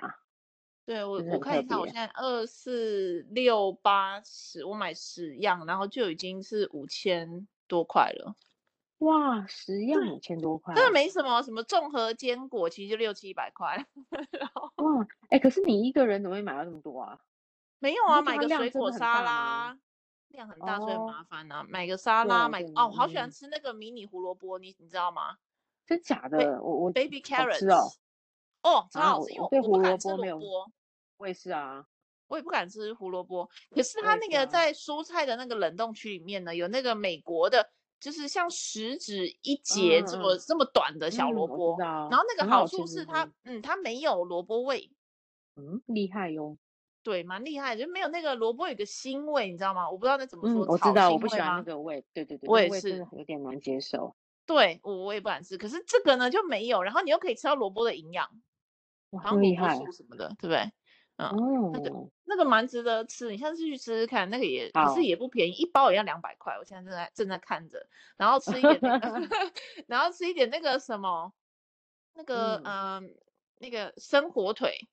S1: 对，我
S2: 就是
S1: 我
S2: 很特
S1: 看一下，我
S2: 别。
S1: 现在二四六八十，我买十样，然后就已经是五千多块了。
S2: 哇，十
S1: 对，
S2: 样五千多
S1: 真的
S2: 块，哦
S1: 没什么，什么综合坚果其实就六七百块，然后
S2: 哇，哎，可是你一个人怎么会买到这么多啊？
S1: 没有
S2: 你
S1: 啊，
S2: 会觉得
S1: 买
S2: 它
S1: 个
S2: 量
S1: 水
S2: 真
S1: 果
S2: 的很
S1: 沙
S2: 大吗？
S1: 拉，量很大，所以很
S2: 哦，
S1: 麻烦啊。买个沙拉，
S2: 对
S1: 买
S2: 对，
S1: 个哦，我好喜欢
S2: 嗯，
S1: 吃那个迷你胡萝卜，你你知道吗
S2: 真假
S1: ？ba
S2: 的，我我
S1: baby
S2: 好吃哦
S1: carrots，哦，超
S2: 啊，
S1: 好
S2: 我
S1: 吃，因为
S2: 我对
S1: 我我不
S2: 胡
S1: 敢
S2: 萝
S1: 吃
S2: 卜没
S1: 萝
S2: 有，
S1: 卜，
S2: 我也是啊，
S1: 我也不敢吃胡萝卜，可是
S2: 我
S1: 它
S2: 也
S1: 那
S2: 是
S1: 个
S2: 啊，
S1: 在蔬菜的那个冷冻区里面呢，有那个美国的，就是像食指一节这么
S2: 嗯
S1: 这么短的小
S2: 嗯嗯，
S1: 萝
S2: 我知
S1: 卜，然
S2: 道，
S1: 后那个
S2: 很
S1: 好
S2: 好吃，
S1: 处
S2: 是
S1: 是
S2: 不
S1: 它，
S2: 是？
S1: 嗯，它没有萝卜味，
S2: 嗯，厉害哟，
S1: 对，蛮厉害的，就没有那个萝卜有个腥味，你知道吗？我不知道那怎么
S2: 嗯，
S1: 说，
S2: 我知
S1: 草
S2: 道，我
S1: 腥
S2: 不喜
S1: 味
S2: 欢那
S1: 吗？
S2: 个味，对对对，
S1: 我
S2: 那个
S1: 也
S2: 味真的
S1: 是，
S2: 有点难接受。
S1: 对，我我也不敢吃，可是这个呢就没有，然后你又可以吃到萝卜的营养，
S2: 哇，
S1: 好
S2: 这么
S1: 像萝
S2: 厉
S1: 卜
S2: 害
S1: 素什么的，对不对？嗯，那个
S2: 哦，
S1: 那个蛮值得吃，你下次去吃吃看，那个也可是
S2: 好。
S1: 也不便宜，一包也要两百块，我现在正在正在看着，然后吃一点那个， 然后吃一点那个什么，那个
S2: 嗯，
S1: 嗯、呃那个生火腿，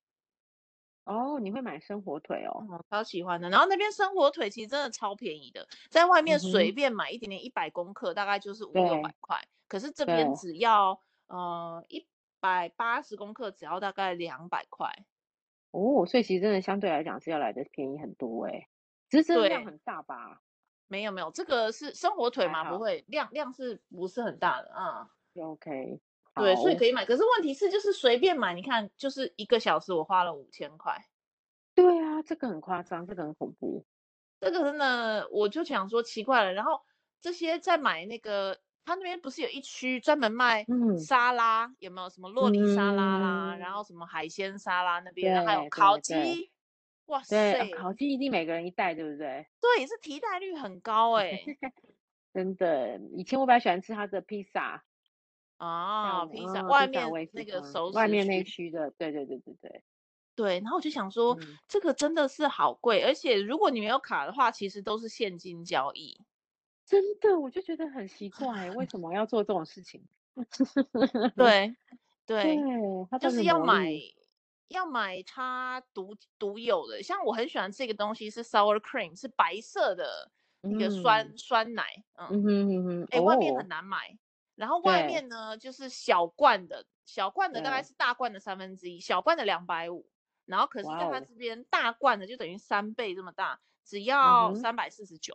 S2: 哦，你会买生火腿哦，
S1: 我超喜欢的。然后那边生火腿其实真的超便宜的，在外面
S2: 嗯
S1: 随
S2: 哼，
S1: 便买一点点，一百公克大概就是五六百
S2: 对
S1: 块，可是这边
S2: 对，
S1: 只要呃一百八十公克，只要大概两百块。
S2: 哦，所以其实真的相对来讲是要来的便宜很多诶，只是真的量
S1: 对，
S2: 很大吧，
S1: 没有没有，这个是生火腿
S2: 还
S1: 嘛，不
S2: 好
S1: 会量量是不是很大的啊？
S2: 就，OK，
S1: 对，所以
S2: 好，
S1: 可以买。可是问题是就是随便买，你看就是一个小时我花了五千块。
S2: 对啊，这个很夸张，这个很恐怖，
S1: 这个真的，我就想说奇怪了。然后这些在买那个，他那边不是有一区专门卖
S2: 嗯
S1: 沙拉，有没有什么洛梨沙拉啦，然后
S2: 嗯，
S1: 什么海鲜沙拉那边，然后还有
S2: 对
S1: 烤
S2: 对对
S1: 鸡，哇
S2: 对，
S1: 塞，
S2: 啊烤鸡一定每个人一袋，对不对？
S1: 对，是替代率很 高哎、
S2: 真的，以前我比较喜欢吃它的披萨，像
S1: 啊，披萨
S2: 嗯，
S1: 外
S2: 披萨
S1: 面
S2: 我也喜
S1: 那个
S2: 欢，
S1: 熟
S2: 外
S1: 食
S2: 面那
S1: 区，
S2: 区的，对对对对对，
S1: 对，然后我就想说，
S2: 嗯
S1: 这个真的是好贵，而且如果你没有卡的话，其实都是现金交易。
S2: 真的，我就觉得很奇怪，为什么要做这种事情？
S1: 对，对，
S2: 嗯它
S1: 就
S2: 真
S1: 是
S2: 的
S1: 要
S2: 魔
S1: 买
S2: 力，
S1: 要买它独独有的。像我很喜欢这个东西是 sour cream，是白色的那个酸、
S2: 嗯
S1: 酸奶，嗯，
S2: 嗯哼哼哼，
S1: 哎、外面
S2: 哦
S1: 很难买。然后外
S2: 对
S1: 面呢就是小罐的，小罐的大概
S2: 对
S1: 是大罐的三分之一，小罐的两百五。然后可是
S2: 哇
S1: 在它
S2: 哦嗯
S1: 这边大罐的就等于三倍这么大，只要
S2: 哼
S1: 三百四十九。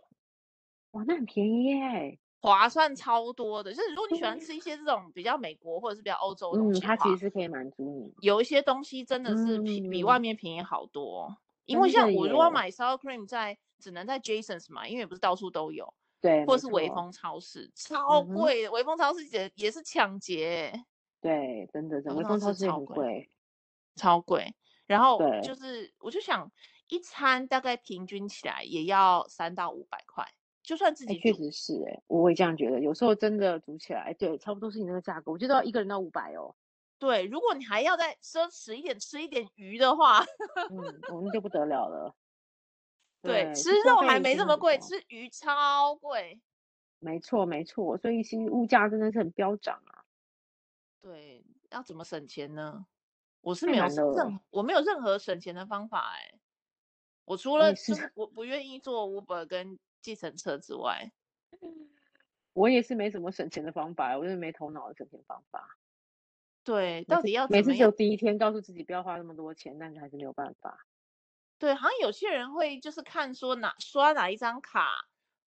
S2: 哇，那很便宜耶。
S1: 划算超多的，就是如果你喜 欢
S2: 对
S1: 吃一些这种比较美国或者是比较欧洲的东
S2: 嗯，
S1: 西的
S2: 它其
S1: 话
S2: 实，是可以满足你，
S1: 有一些东西真的是比比外
S2: 嗯
S1: 面便宜好多。因
S2: 真
S1: 为像
S2: 的
S1: 我如果
S2: 耶
S1: 买 sour cream 在只能在 Jasons 买，因为也不是到处都有，
S2: 对，
S1: 或
S2: 没
S1: 是微
S2: 错，
S1: 风超市，超
S2: 嗯哼
S1: 贵的。微风超市也也是抢劫欸，
S2: 对，真的，整
S1: 微
S2: 个
S1: 风
S2: 中
S1: 超
S2: 超
S1: 市
S2: 市也
S1: 超
S2: 很
S1: 贵，
S2: 贵，
S1: 超贵。然后
S2: 对，
S1: 就是我就想，一餐大概平均起来也要三到五百块，就算自
S2: 哎，
S1: 己
S2: 确
S1: 煮。
S2: 实是哎，我也这样觉得，有时候真的煮起来，对，差不多是你那个价格，我觉得要一个人要五百 哦，
S1: 对，如果你还要再奢侈一点，吃一点鱼的话，
S2: 嗯，我们就不得了了，
S1: 对，
S2: 对，
S1: 吃
S2: 就消
S1: 肉
S2: 费
S1: 还
S2: 已
S1: 没
S2: 经
S1: 这么
S2: 很
S1: 贵，
S2: 高，
S1: 吃鱼超贵。
S2: 没错没错，所以其实物价真的是很飙涨啊，
S1: 对，要怎么省钱呢？我是
S2: 太
S1: 没有
S2: 难
S1: 是任
S2: 了，
S1: 何，我没有任何省钱的方法哎、我除
S2: 我
S1: 了
S2: 也哦是，
S1: 就是我不愿意坐 Uber 跟计程车之外，
S2: 我也是没什么省钱的方法，我就是没头脑的省钱方法，
S1: 对，
S2: 每
S1: 到
S2: 次
S1: 底要
S2: 每
S1: 怎
S2: 次
S1: 么
S2: 只有
S1: 样？
S2: 第一天告诉自己不要花那么多钱，但是还是没有办法，
S1: 对，好像有些人会就是看说哪刷哪一张卡，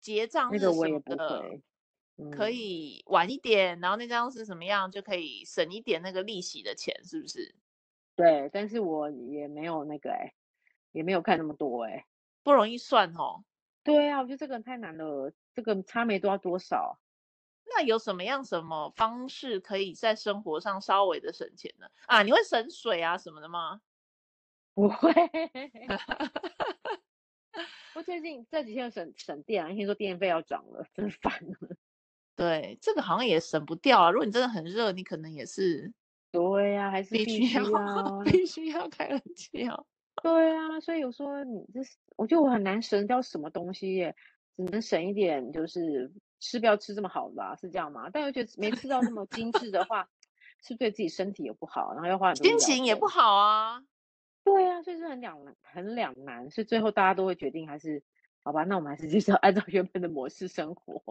S1: 结账
S2: 那
S1: 日
S2: 个我
S1: 什
S2: 也
S1: 么
S2: 不
S1: 的，
S2: 会，
S1: 可
S2: 嗯。
S1: 以晚一点，然后那张是什么样就可以省一点那个利息的钱，是不是？
S2: 对，但是我也没有那个哎、也没有看那么多哎、
S1: 不容易算哦。
S2: 对啊，我觉得这个太难了，这个差没多少多少。
S1: 那有什么样什么方式可以在生活上稍微的省钱呢？啊，你会省水啊什么的吗？
S2: 不 会，我最近这几天有省省电啊，听说电费要涨了，真烦了。
S1: 对，这个好像也省不掉啊。如果你真的很热，你可能也是
S2: 对呀、还是
S1: 必
S2: 必
S1: 须要
S2: 须啊。
S1: 必须要开冷气哦。
S2: 对啊，所以有时候你这是，我觉得我很难省掉什么东西耶，只能省一点，就是吃不要吃这么好的啊，是这样吗？但又觉得没吃到那么精致的话， 是对自己身体也不好，然后要花很多医
S1: 心
S2: 药
S1: 情也
S2: 费。
S1: 不好啊。
S2: 对啊，所以是很两难，很两难，所以最后大家都会决定还是，好吧，那我们还是继续 按照原本的模式生活，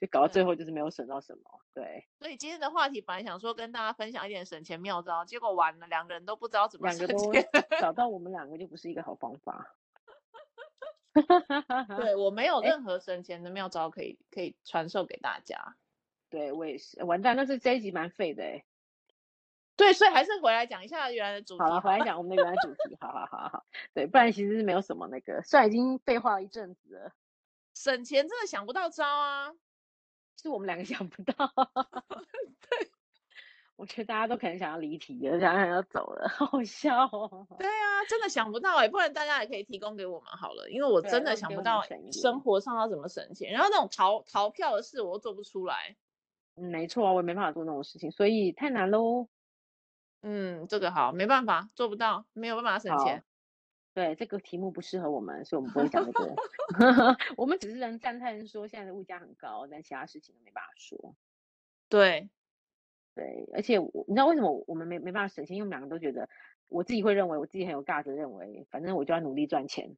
S2: 就搞到最
S1: 对，
S2: 后就是没有省到什么。对，
S1: 所以今天的话题本来想说跟大家分享一点省钱妙招，结果完了，两个人都不知道怎么
S2: 两
S1: 省
S2: 个都
S1: 钱。
S2: 找到我们两个就不是一个好方法。
S1: 对我没有
S2: 哎，
S1: 任何省钱的妙招可以可以传授给大家。
S2: 对我也是，完蛋，但是这一集蛮废的哎。
S1: 对，所以还是回来讲一下原来的主
S2: 好
S1: 题
S2: 了，回
S1: 好
S2: 来
S1: 了。
S2: 讲我们的原来主题，好好好好，对，不然其实是没有什么那个，虽然已经废话了一阵子了，
S1: 省钱真的想不到招啊。
S2: 是我们两个想不到， 我觉得大家都可能想要离题了，想想要走了， 好好笑哦。
S1: 对啊，真的想不到哎、不然大家也可以提供给我们好了，因为我
S2: 对，
S1: 真的
S2: 让
S1: 想
S2: 给
S1: 不
S2: 我
S1: 到
S2: 们
S1: 欸
S2: 省一
S1: 生
S2: 点。
S1: 活上要怎么省钱，然后那种逃逃票的事我又做不出来。
S2: 嗯，没错啊，我也没办法做那种事情，所以太难喽。
S1: 嗯，这个好，没办法，做不到，没有办法省钱。
S2: 好，对，这个题目不适合我们，所以我们不会讲这个。 我们只是能赞叹说现在的物价很高，但其他事情都没办法说。
S1: 对，
S2: 对，而且我你知道为什么我们没没办法省钱？因为我们两个都觉得，我自己会认为我自己很有价值，认为反正我就要努力赚钱，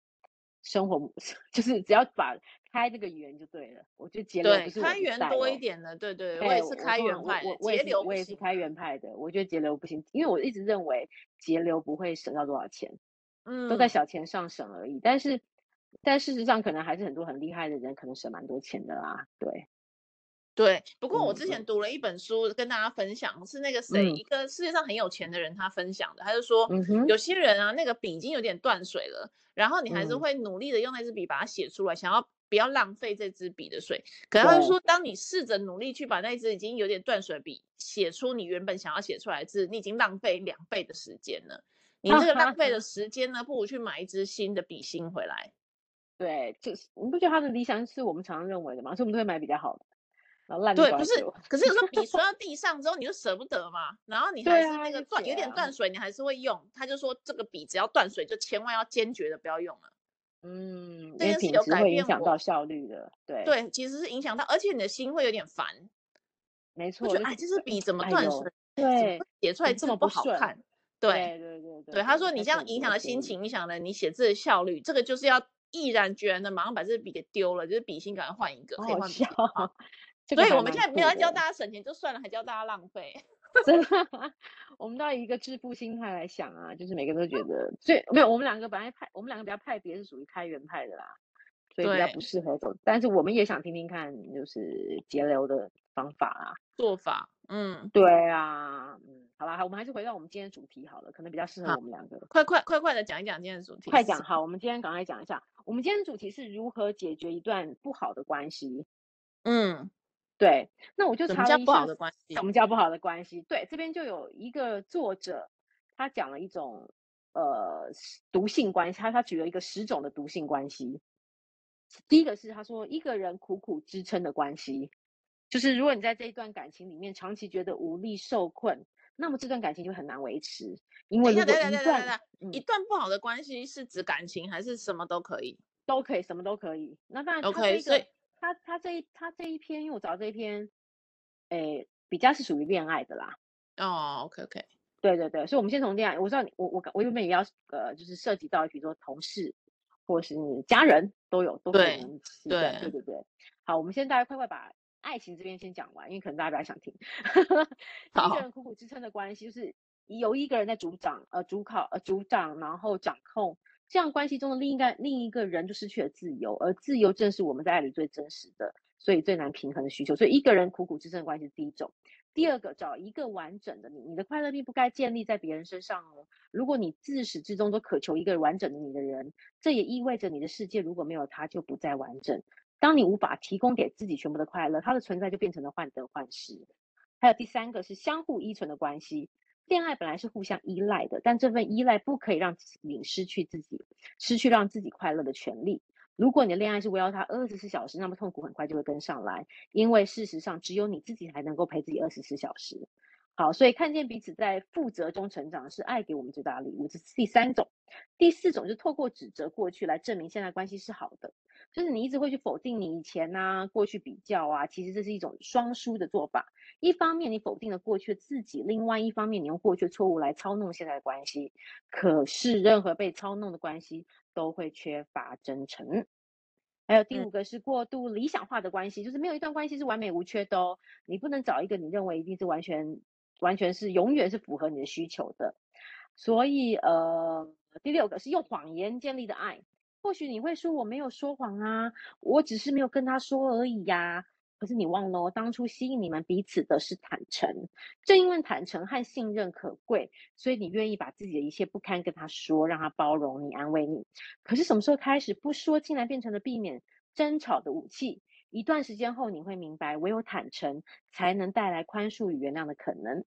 S2: 生活 就是只要把开这个源就对了。我觉得节流不
S1: 对，
S2: 是我
S1: 开
S2: 不
S1: 源
S2: 在
S1: 多一
S2: 哦，
S1: 点的，对对，我
S2: 对，
S1: 也是
S2: 我
S1: 开
S2: 通
S1: 源
S2: 常我
S1: 派
S2: 我
S1: 的，
S2: 我也
S1: 节
S2: 是
S1: 流
S2: 我
S1: 不
S2: 也是
S1: 行啊
S2: 开
S1: 的。
S2: 源派的，我觉得节流不行，因为我一直认为节流不会省到多少钱，都在
S1: 嗯，
S2: 小钱上省而已。但是，但事实上可能还是很多很厉害的人，可能省蛮多钱的啦。对，
S1: 对。不过我
S2: 嗯
S1: 之前
S2: 嗯
S1: 读了一本书，跟大家分享，是那个谁，
S2: 嗯
S1: 一个世界上很有钱的人，他分享的，他就说
S2: 嗯哼，
S1: 有些人啊，那个笔已经有点断水了，然后你还是
S2: 嗯，
S1: 会努力的用那支笔把它写出来，想要不要浪费这支笔的水。可是他就
S2: 对，
S1: 说，当你试着努力去把那支已经有点断水的笔写出你原本想要写出来的字，你已经浪费两倍的时间了。你
S2: 哈
S1: 这个浪
S2: 哈
S1: 费的
S2: 哈，
S1: 时间呢，不如去买一支新的笔芯回来。
S2: 对，就是你不觉得他的理想是我们常常认为的吗？所以我们都会买比较好的。然后烂
S1: 对，
S2: 瓜
S1: 不是
S2: 球，
S1: 可是有时候 笔摔到地上之后，你就舍不得嘛，然后你还
S2: 对
S1: 是
S2: 啊
S1: 那个
S2: 理
S1: 断、有
S2: 解
S1: 点
S2: 啊
S1: 断水，你还是会用。他就说这个笔只要断水，就千万要坚决的不要用了。
S2: 嗯，因
S1: 这
S2: 为
S1: 件事
S2: 品
S1: 有
S2: 质
S1: 改
S2: 会影
S1: 变
S2: 响
S1: 我
S2: 到效率的，对，
S1: 对，其实是影响到，而且你的心会有点烦，
S2: 没
S1: 会
S2: 错，
S1: 觉
S2: 就
S1: 得哎，
S2: 是
S1: 这支笔怎么
S2: 哎
S1: 断
S2: 呦
S1: 水？
S2: 对，
S1: 写出
S2: 怎
S1: 来
S2: 么
S1: 字
S2: 这么
S1: 不
S2: 不
S1: 好
S2: 顺
S1: 看。
S2: 对
S1: 对，
S2: 对对
S1: 对，他说你
S2: 它
S1: 这样
S2: 整
S1: 影
S2: 个
S1: 响了
S2: 是
S1: 心情，影响了你写字的效率，这个就是要毅然决然的马上把这支笔给丢了，就是笔芯赶快换一个，
S2: 好
S1: 可以
S2: 好
S1: 换笔
S2: 笑
S1: 芯的话。。
S2: 这
S1: 所
S2: 个
S1: 以
S2: 还
S1: 我们
S2: 蛮
S1: 现在没有
S2: 酷
S1: 在教
S2: 的
S1: 大家省钱就算了，还教大家浪费。
S2: 真的， 我们到一个致富心态来想啊，就是每个人都觉得，所以没有我们两个本来派，我们两个比较派别是属于开源派的啦，所以比较
S1: 对
S2: 不适合走。但是我们也想听听看，就是节流的方法啊。
S1: 做法，嗯，
S2: 对啊，嗯，好啦，我们还是回到我们今天的主题好了，可能比较适合
S1: 好
S2: 我们两个。
S1: 快快快快的讲一讲今天的主题，
S2: 快讲，好，我们今天赶快讲一下，我们今天的主题是如何解决一段不好的关系。
S1: 嗯，
S2: 对，那我就
S1: 什么
S2: 查
S1: 叫
S2: 了一
S1: 不好
S2: 下
S1: 的关系
S2: 什？么叫不好的关系？对，这边就有一个作者，他讲了一种呃是毒性关系，他他举了一个十种的毒性关系。第一个是他说一个人苦苦支撑的关系，就是如果你在这一段感情里面长期觉得无力受困，那么这段感情就很难维持，因为
S1: 等一
S2: 如
S1: 下，
S2: 果一
S1: 等一下，等一下，
S2: 段嗯
S1: 等一下，一段不好的关系是指感情还是什么都可以？
S2: 都可以，什么都可以。那当然他
S1: OK，
S2: 这一
S1: 所以
S2: 个他他这一他这一篇，因为我找这一篇，诶，比较是属于恋爱的啦。
S1: 哦，OK，OK，
S2: 对对对，所以我们先从恋爱，我知道你，我我我原本也要呃，就是涉及到，比如说同事或是你家人都有，都可
S1: 对
S2: 能是对对
S1: 对
S2: 对对。好，我们现在快快把爱情这边先讲完，因为可能大家比较想听。 第一
S1: 好
S2: 个人苦苦支撑的关系，就是由一个人在主掌呃主考呃主掌，然后掌控这样关系中的另一个另一个人就失去了自由，而自由正是我们在爱里最真实的，所以最难平衡的需求。所以一个人苦苦支撑的关系是第一种。第二个，找一个完整的你，你的快乐并不该建立在别人身上哦。如果你自始至终都渴求一个完整的你的人，这也意味着你的世界如果没有他就不再完整。当你无法提供给自己全部的快乐，他的存在就变成了患得患失。还有第三个是相互依存的关系，恋爱本来是互相依赖的，但这份依赖不可以让你失去自己，失去让自己快乐的权利。如果你的恋爱是围绕他二十四小时，那么痛苦很快就会跟上来。因为事实上只有你自己才能够陪自己二十四小时。好，所以看见彼此在负责中成长是爱给我们最大的礼物，这是第三种。第四种是透过指责过去来证明现在关系是好的，就是你一直会去否定你以前啊、过去比较啊，其实这是一种双输的做法。一方面你否定了过去的自己，另外一方面你用过去的错误来操弄现在的关系。可是任何被操弄的关系都会缺乏真诚。还有第
S1: 嗯
S2: 五个是过度理想化的关系，就是没有一段关系是完美无缺的哦。你不能找一个你认为一定是完全、完全是永远是符合你的需求的。所以，呃，第六个是用谎言建立的爱。或许你会说我没有说谎啊，我只是没有跟他说而已呀、可是你忘了哦，当初吸引你们彼此的是坦诚。正因为坦诚和信任可贵，所以你愿意把自己的一切不堪跟他说，让他包容你、安慰你。可是什么时候开始不说，竟然变成了避免争吵的武器？一段时间后，你会明白，唯有坦诚才能带来宽恕与原谅的可能。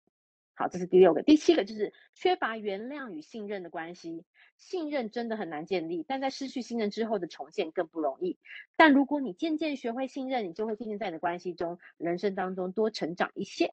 S2: 好，这是第六个，第七个就是缺乏原谅与信任的关系。信任真的很难建立，但在失去信任之后的重建更不容易。但如果你渐渐学会信任，你就会渐渐在你的关系中、人生当中多成长一些。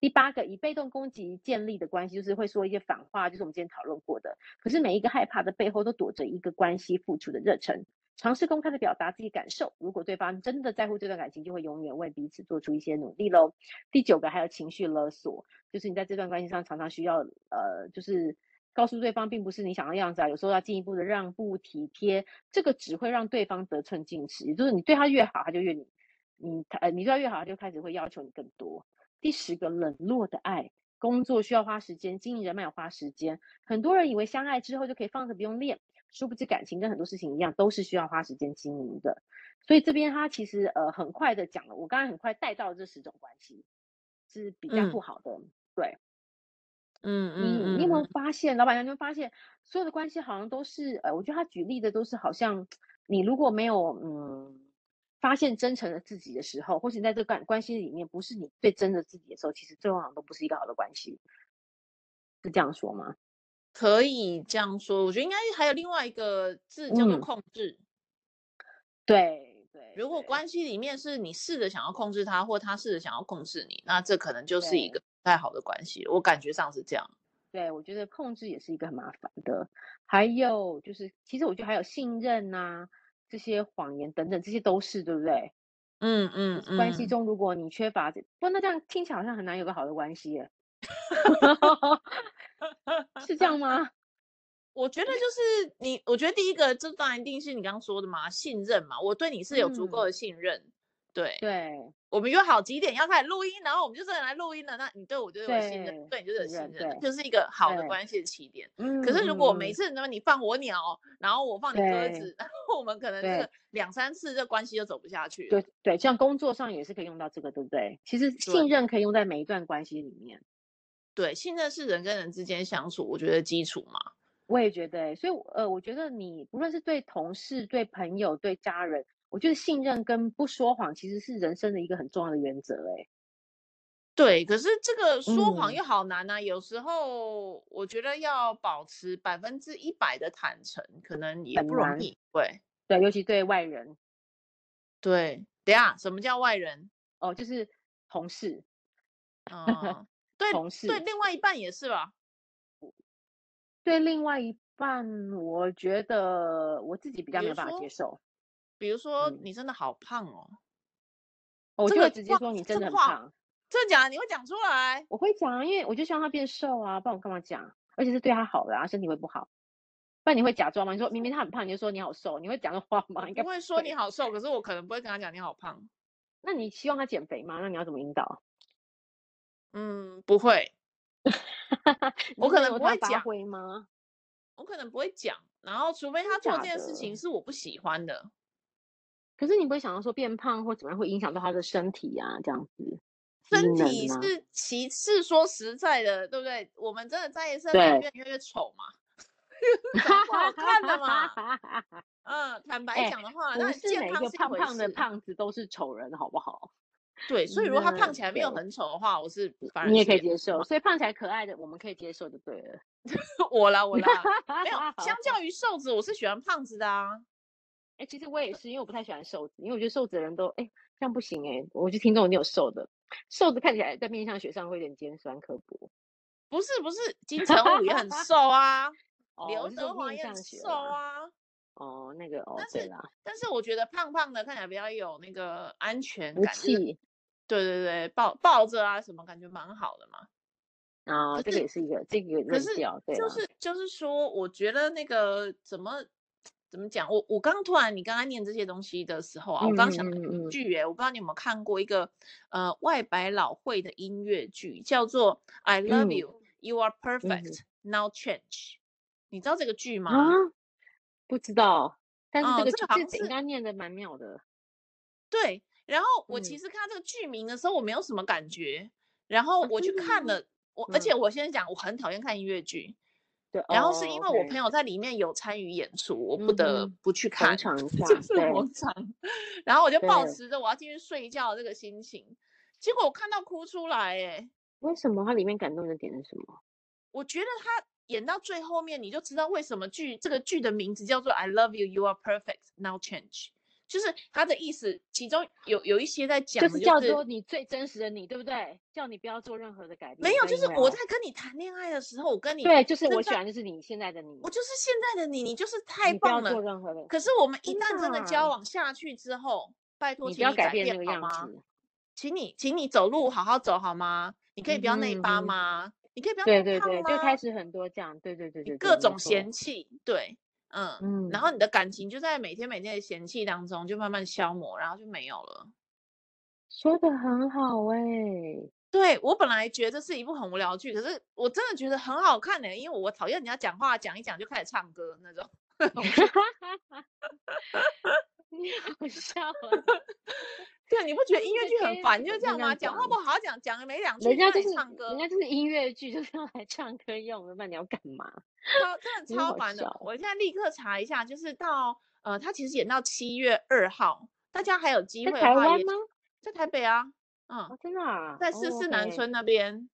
S2: 第八个，以被动攻击建立的关系，就是会说一些反话，就是我们今天讨论过的。可是每一个害怕的背后都躲着一个关系付出的热忱。尝试公开的表达自己感受，如果对方真的在乎这段感情，就会永远为彼此做出一些努力喽。第九个还有情绪勒索，就是你在这段关系上常常需要呃，就是告诉对方并不是你想要的样子啊，有时候要进一步的让步、体贴，这个只会让对方得寸进尺。也就是你对他越好，他就越你你他呃你对他越好，他就开始会要求你更多。第十个冷落的爱，工作需要花时间，经营人脉也花时间，很多人以为相爱之后就可以放着不用练，殊不知感情跟很多事情一样，都是需要花时间经营的。所以这边他其实呃很快的讲了，我刚才很快带到这十种关系是比较不
S1: 嗯
S2: 好的。对
S1: 嗯
S2: 你，
S1: 嗯
S2: 你有没有
S1: 嗯，
S2: 发现，老板娘有没有发现所有的关系好像都是呃，我觉得他举例的都是好像你如果没有嗯发现真诚的自己的时候，或是你在这段关系里面不是你最真的自己的时候，其实最后好像都不是一个好的关系，是这样说吗？
S1: 可以这样说。我觉得应该还有另外一个字叫做
S2: 嗯
S1: 控制，
S2: 对对，对
S1: 如果
S2: 对
S1: 关系里面是你试着想要控制他，或他试着想要控制你，那这可能就是一
S2: 对
S1: 个不太好的关系。我感觉上是这样。
S2: 对，我觉得控制也是一个很麻烦的，还有就是，其实我觉得还有信任呐、这些谎言等等，这些都是对不对？
S1: 嗯嗯嗯，
S2: 关系中如果你缺乏这，不，那这样听起来好像很难有个好的关系耶，是这样吗？
S1: 我觉得就是你，我觉得第一个，这当然一定是你刚刚说的嘛，信任嘛，我对你是有足
S2: 嗯
S1: 够的信任。对，
S2: 对，
S1: 我们约好几点要开始录音，然后我们就真的来录音了。那你对我就有信任，
S2: 对
S1: 对你就有
S2: 信
S1: 信
S2: 任
S1: 任了，
S2: 对
S1: 就是一个好的
S2: 对
S1: 关系的起点。
S2: 嗯。
S1: 可是如果我
S2: 嗯
S1: 每次那么你放我鸟，然后我放你鸽
S2: 对
S1: 子，然后我们可能这
S2: 对
S1: 个两三次这关系就走不下去了。
S2: 对对，像工作上也是可以用到这个，对不对？其实信任可以用在每一段关系里面，
S1: 对，信任是人跟人之间相处，我觉得基础嘛。
S2: 我也觉得欸，所以呃，我觉得你不论是对同事、对朋友、对家人，我觉得信任跟不说谎其实是人生的一个很重要的原则，哎，
S1: 对，可是这个说谎
S2: 嗯
S1: 又好难呐、啊有时候我觉得要保持百分之一百的坦诚，可能也
S2: 很
S1: 不容
S2: 难
S1: 易。对
S2: 对，尤其对外人
S1: 对，等一下什么叫外人？
S2: 哦，就是同事，
S1: 嗯，对
S2: 同
S1: 对，
S2: 事
S1: 另外一半也是吧？
S2: 对另外一半，我觉得我自己比较
S1: 比
S2: 没
S1: 如
S2: 有办法
S1: 说
S2: 接受，
S1: 比如说
S2: 嗯
S1: 你真的好胖哦，
S2: 哦我
S1: 这
S2: 就
S1: 个
S2: 会直接
S1: 话
S2: 说你
S1: 这
S2: 真的很
S1: 个话
S2: 胖，
S1: 真的假的？你会讲出来？
S2: 我会讲啊，因为我就希望他变瘦啊，不然我干嘛讲？而且是对他好的啊，身体会不好。不然你会假装吗？你说明明他很胖，你就说你好瘦，你会讲这话吗？
S1: 我
S2: 应该
S1: 不会说你
S2: 会
S1: 好瘦，可是我可能不会跟他讲你好胖。
S2: 那你希望他减肥吗？那你要怎么引导？
S1: 嗯，不会，
S2: 你
S1: 我
S2: 是
S1: 可
S2: 任
S1: 能
S2: 由
S1: 不
S2: 他
S1: 会
S2: 发
S1: 讲
S2: 挥吗？
S1: 我可能不会讲。然后，除非
S2: 真
S1: 他做这
S2: 假
S1: 件事
S2: 的
S1: 情是我不喜欢的，
S2: 可是你不会想到说变胖或怎么样会影响到他的身体啊，这样子机
S1: 身
S2: 能
S1: 体
S2: 啊？
S1: 是其次，说实在的，对不对？我们真的在意身体
S2: 对
S1: 变得越来越丑 嘛，长不好看的嘛。嗯，坦白
S2: 哎
S1: 讲的话，
S2: 不
S1: 那
S2: 是
S1: 健
S2: 每一
S1: 康
S2: 个
S1: 是一
S2: 胖
S1: 回
S2: 胖的
S1: 事。
S2: 胖子都是丑人，好不好？
S1: 对，所以如果他
S2: 那
S1: 胖起来没有
S2: 对
S1: 很丑的话，我是反而
S2: 你也
S1: 是
S2: 可以接受，所以胖起来可爱的我们可以接受就对了。
S1: 我啦 我啦，没有。
S2: 好
S1: 相较于瘦子，我是喜欢胖子的啊。
S2: 哎、其实我也是，因为我不太喜欢瘦子，因为我觉得瘦子的人都哎、这样不行哎、我就听众你有瘦的，瘦子看起来在面相学上会有点尖酸刻薄。
S1: 不是不是， 金城武也很瘦啊，
S2: 哦，
S1: 刘
S2: 我是说
S1: 德华
S2: 面
S1: 也
S2: 相
S1: 很
S2: 学
S1: 瘦
S2: 啦。
S1: 啊。
S2: 哦，那个哦
S1: 但，
S2: 对
S1: 是
S2: 啦，
S1: 但是我觉得胖胖的看起来比较有那个安全
S2: 福
S1: 感，就是
S2: 气
S1: 对对对，抱抱着啊什么，感觉蛮好的嘛。
S2: 啊，
S1: 可
S2: 这
S1: 是
S2: 个也是一个这个
S1: 可
S2: 论
S1: 是
S2: 调，对
S1: 就
S2: 啦，
S1: 是就是说，我觉得那个怎么怎么讲，我我刚刚突然你刚刚念这些东西的时候啊，我刚想到
S2: 嗯嗯嗯
S1: 一
S2: 嗯
S1: 剧欸诶，我不知道你有没有看过一个呃外百老汇的音乐剧，叫做《I Love
S2: 嗯
S1: You、You Are
S2: 哼
S1: Perfect Now Change》，你知道这个剧吗？
S2: 啊，不知道，但是
S1: 哦
S2: 这个
S1: 这个
S2: 句
S1: 好
S2: 这
S1: 像
S2: 个
S1: 是
S2: 应该念的蛮妙的，
S1: 对，然后我其
S2: 嗯
S1: 实看到这个剧名的时候，我没有什么感觉，然后
S2: 啊
S1: 我去
S2: 真的
S1: 看
S2: 吗
S1: 了，我而且
S2: 嗯
S1: 我先讲，我很讨厌看音乐剧，
S2: 对，
S1: 然后是因
S2: 哦
S1: 为我
S2: ，OK，
S1: 朋友在里面有参与演出，我不
S2: 嗯
S1: 得
S2: 哼
S1: 不去看，
S2: 捧场一下，
S1: 就是
S2: 对
S1: 我场，然后我就保
S2: 对
S1: 持着我要进去睡觉的这个心情，结果我看到哭出来，哎，
S2: 为什么它里面感动的点是什么？
S1: 我觉得他演到最后面，你就知道为什么剧这个剧的名字叫做《I Love You, You Are Perfect, Now Change》，就是他的意思，其中有有一些在讲
S2: 就
S1: 的
S2: 是
S1: 是
S2: 叫做你最真实的你，对不对？叫你不要做任何的改变。
S1: 没有，
S2: 不要
S1: 就
S2: 因
S1: 是
S2: 为
S1: 我
S2: 哦
S1: 在跟你谈恋爱的时候，我跟你，
S2: 对，就是
S1: 真
S2: 我喜
S1: 的
S2: 欢，就是你现在的你，
S1: 我就是现在的你，你就是太
S2: 你不要
S1: 棒
S2: 做
S1: 了。
S2: 任何的，
S1: 可是我们一
S2: 真
S1: 旦真
S2: 的
S1: 的交
S2: 啊
S1: 往下去之后，拜托，
S2: 你不
S1: 请
S2: 要
S1: 你
S2: 改
S1: 改
S2: 变那
S1: 变
S2: 个
S1: 好
S2: 样
S1: 吗？
S2: 子。
S1: 请你，请你走路好好走好吗？你可以
S2: 嗯
S1: 不要内
S2: 哼嗯
S1: 八
S2: 哼
S1: 吗？你可以不要
S2: 对
S1: 那么
S2: 对
S1: 胖
S2: 对，就开
S1: 吗？
S2: 始很多这样，对对对
S1: 啊你
S2: 对对，
S1: 各
S2: 没
S1: 种
S2: 错，
S1: 嫌弃，对，嗯，然后
S2: 嗯，
S1: 你的感情就在每天每天的嫌弃当中就慢慢消磨，然后就没有了。
S2: 说的很好 哎、
S1: 对我本来觉得是一部很无聊的剧，可是我真的觉得很好看呢、因为我讨厌人家讲话讲一讲就开始唱歌那种。
S2: 你好笑 啊！
S1: 对，啊你不觉得音乐
S2: 这
S1: 剧
S2: 可
S1: 很
S2: 以
S1: 烦，就是
S2: 不
S1: 这
S2: 能这
S1: 样吗？
S2: 样
S1: 讲
S2: 讲，
S1: 话不好好讲，讲了没两句
S2: 人
S1: 就
S2: 家
S1: 让
S2: 就
S1: 你
S2: 是
S1: 唱歌
S2: 人，家就是音乐剧，就是要来唱歌用的，那你要干嘛？
S1: 超 真的
S2: 你
S1: 超
S2: 好
S1: 烦的。
S2: 笑，
S1: 我现在立刻查一下，就是到呃，他其实演到七月二号，大家还有机
S2: 在
S1: 会的
S2: 台
S1: 话
S2: 湾
S1: 也
S2: 吗？
S1: 在台北啊，嗯，
S2: 哦，真的啊，
S1: 在四
S2: 哦
S1: 四南
S2: ，OK。
S1: 村那边，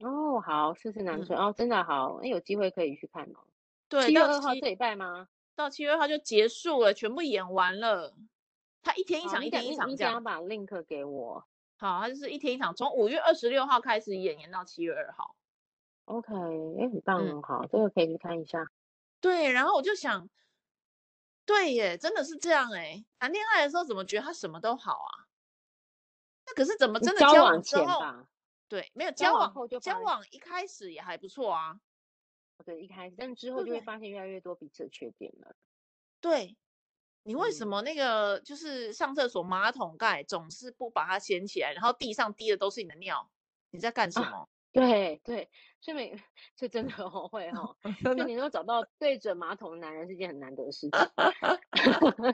S2: 哦，好，四四南
S1: 嗯，
S2: 村哦，真的好，那有机会可以去看哦。
S1: 对，
S2: 七月
S1: 到
S2: 二号
S1: 七
S2: 这礼拜吗？
S1: 到七月二号就结束了，全部演完了。他一天一
S2: 好哦
S1: 场，
S2: 啊你
S1: 一
S2: 等
S1: 天一
S2: 你
S1: 场
S2: 你
S1: 这
S2: 等下。
S1: 样
S2: 把 link 给我
S1: 好，他就是一天一场，从五月二十六号开始演，演到七月二号。
S2: ，OK，哎，很棒
S1: 嗯哦
S2: 哦，好，这个可以去看一下。
S1: 对，然后我就想，对耶，真的是这样哎。谈恋爱的时候怎么觉得他什么都好啊？那可是怎么
S2: 你
S1: 真的
S2: 交
S1: 交
S2: 往
S1: 之
S2: 前
S1: 后，
S2: 吧，
S1: 对，没有
S2: 交
S1: 交
S2: 往
S1: 往
S2: 后就
S1: 交
S2: 发
S1: 往一开始也还不错啊。
S2: 对，一开始，但之后
S1: 对
S2: 就会
S1: 对
S2: 发现越来越多彼此的缺点了。
S1: 对，你为什
S2: 嗯
S1: 么那个就是上厕所马桶盖总是不把它掀起来，然后地上滴的都是你的尿？你在干什
S2: 啊
S1: 么？
S2: 对对，所以每这真的哦会哦，
S1: 真
S2: 就
S1: 的
S2: 你能够找到对准马桶的男人是件很难得的事情。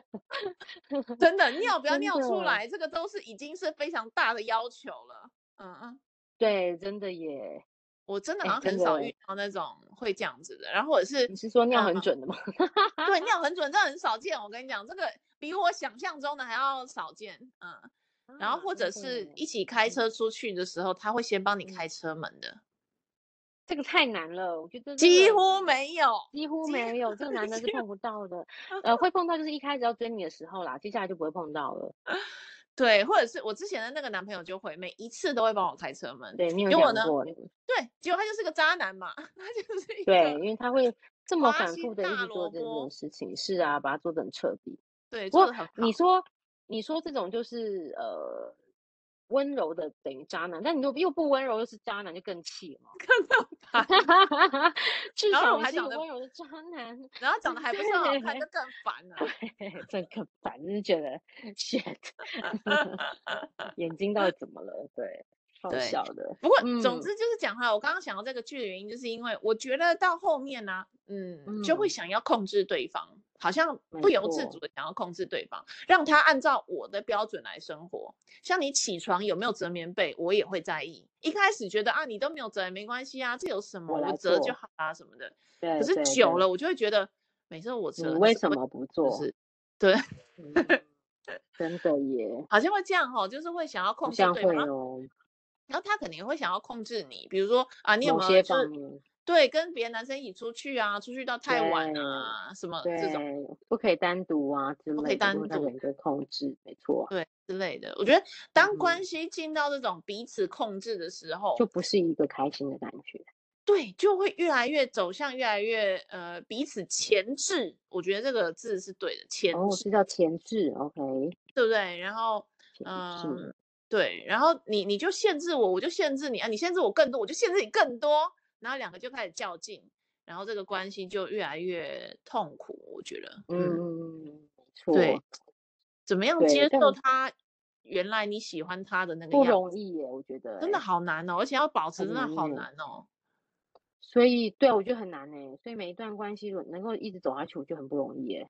S1: 真的尿不要
S2: 真
S1: 尿出
S2: 的
S1: 来，这个都是已经是非常大的要求了。嗯嗯，
S2: 对，真的耶。
S1: 我真的
S2: 哎
S1: 好像
S2: 真
S1: 很少遇
S2: 的
S1: 到那种会这样子的，然后或者是
S2: 你是说尿很
S1: 嗯
S2: 准的吗？
S1: 对尿很准，真的很少见。我跟你讲，这个比我想象中的还要少见。嗯，然后
S2: 啊
S1: 或
S2: 真
S1: 者
S2: 的
S1: 是
S2: 耶
S1: 一起开
S2: 嗯
S1: 车出去的时候，他会先帮你
S2: 嗯
S1: 开车门的，
S2: 这个太难了，我觉得这
S1: 几
S2: 个
S1: 乎没有。
S2: 几乎
S1: 几
S2: 没有，这个男的是
S1: 几
S2: 碰不到 的。呃，会碰到就是一开始要追你的时候啦，接下来就不会碰到了。
S1: 对，或者是我之前的那个男朋友就会每一次都会帮我开车门，
S2: 对，你有
S1: 结果
S2: 讲
S1: 呢，
S2: 过，
S1: 对，结果他就是个渣男嘛， 他就是一
S2: 对，
S1: 个
S2: 因为他会这么
S1: 花
S2: 反
S1: 心
S2: 复的一
S1: 大
S2: 直做
S1: 萝
S2: 这件
S1: 卜，
S2: 事情，是啊，把它做得很彻底。
S1: 对，
S2: 不
S1: 做
S2: 过
S1: 的很好。
S2: 你说，你说这种就是呃温柔的等于渣男，但你又又不温柔又是渣男，就更气 了。
S1: 看到他，
S2: 至
S1: 然后
S2: 少
S1: 我
S2: 你
S1: 还
S2: 是一
S1: 长
S2: 个
S1: 得
S2: 温柔的渣男，
S1: 然后长得还不是很好看，就更烦了、
S2: 对，这个反正觉得 shit，眼睛到底怎么了？对，好
S1: 对
S2: 笑的，
S1: 不过，总
S2: 嗯
S1: 之就是讲回来，我刚刚想到这个剧的原因，就是因为我觉得到后面呢、嗯，就会
S2: 嗯，
S1: 想要控制对方，好像
S2: 没
S1: 不由自主
S2: 错，
S1: 的想要控制对方，让他按照我的标准来生活。像你起床有没有折棉被，我也会在意。一开始觉得啊，你都没有折也没关系啊，这有什么，
S2: 我
S1: 我
S2: 来
S1: 折就
S2: 做，
S1: 好啊什么的。可
S2: 对
S1: 是
S2: 对
S1: 久
S2: 对，
S1: 了，我就会觉得每次我
S2: 你
S1: 折，他
S2: 为
S1: 怎
S2: 什
S1: 么会
S2: 么不
S1: 就
S2: 做？
S1: 是对，
S2: 嗯，真的耶，
S1: 好像会这样哦，就是会想要
S2: 好
S1: 控制
S2: 像
S1: 对方，
S2: 会
S1: 然后
S2: 哦，
S1: 然后他肯定会想要控制你，比如说啊，你有
S2: 某
S1: 没有
S2: 些
S1: 就
S2: 方
S1: 是
S2: 面，
S1: 对跟别的男生一起出去啊，出去到太晚
S2: 对
S1: 啊，什么这种
S2: 对，不可以单独啊之
S1: 不可
S2: 类
S1: 以
S2: 的，就会
S1: 单
S2: 让
S1: 独
S2: 人格控制，没错啊，
S1: 对之类的。我觉得当
S2: 嗯，
S1: 关系进到这种彼此控制的时
S2: 就
S1: 候，
S2: 不是一个开心的感觉，
S1: 对，就会越来越走向越来越呃彼此前置。我觉得这个字是对的，前
S2: 哦，
S1: 置，
S2: 这叫前置，OK，
S1: 对不对？然后
S2: 前置。
S1: 嗯，对，然后你你就限制我，我就限制你啊，你限制我更多，我就限制你更多，然后两个就开始较劲，然后这个关系就越来越痛苦。我觉得，嗯，
S2: 嗯，没
S1: 对。
S2: 错，
S1: 怎么样
S2: 对，
S1: 接
S2: 但
S1: 受他原来你喜欢他的那个
S2: 不
S1: 样
S2: 容
S1: 子，
S2: 易耶，我觉得
S1: 真的
S2: 哎，
S1: 好难哦，而且要保持
S2: 很
S1: 真的
S2: 难
S1: 好
S2: 耶。
S1: 难哦。
S2: 所以，对啊，我觉得很难哎，所以每一段关系如果能够一直走下去，我觉得很不容易耶。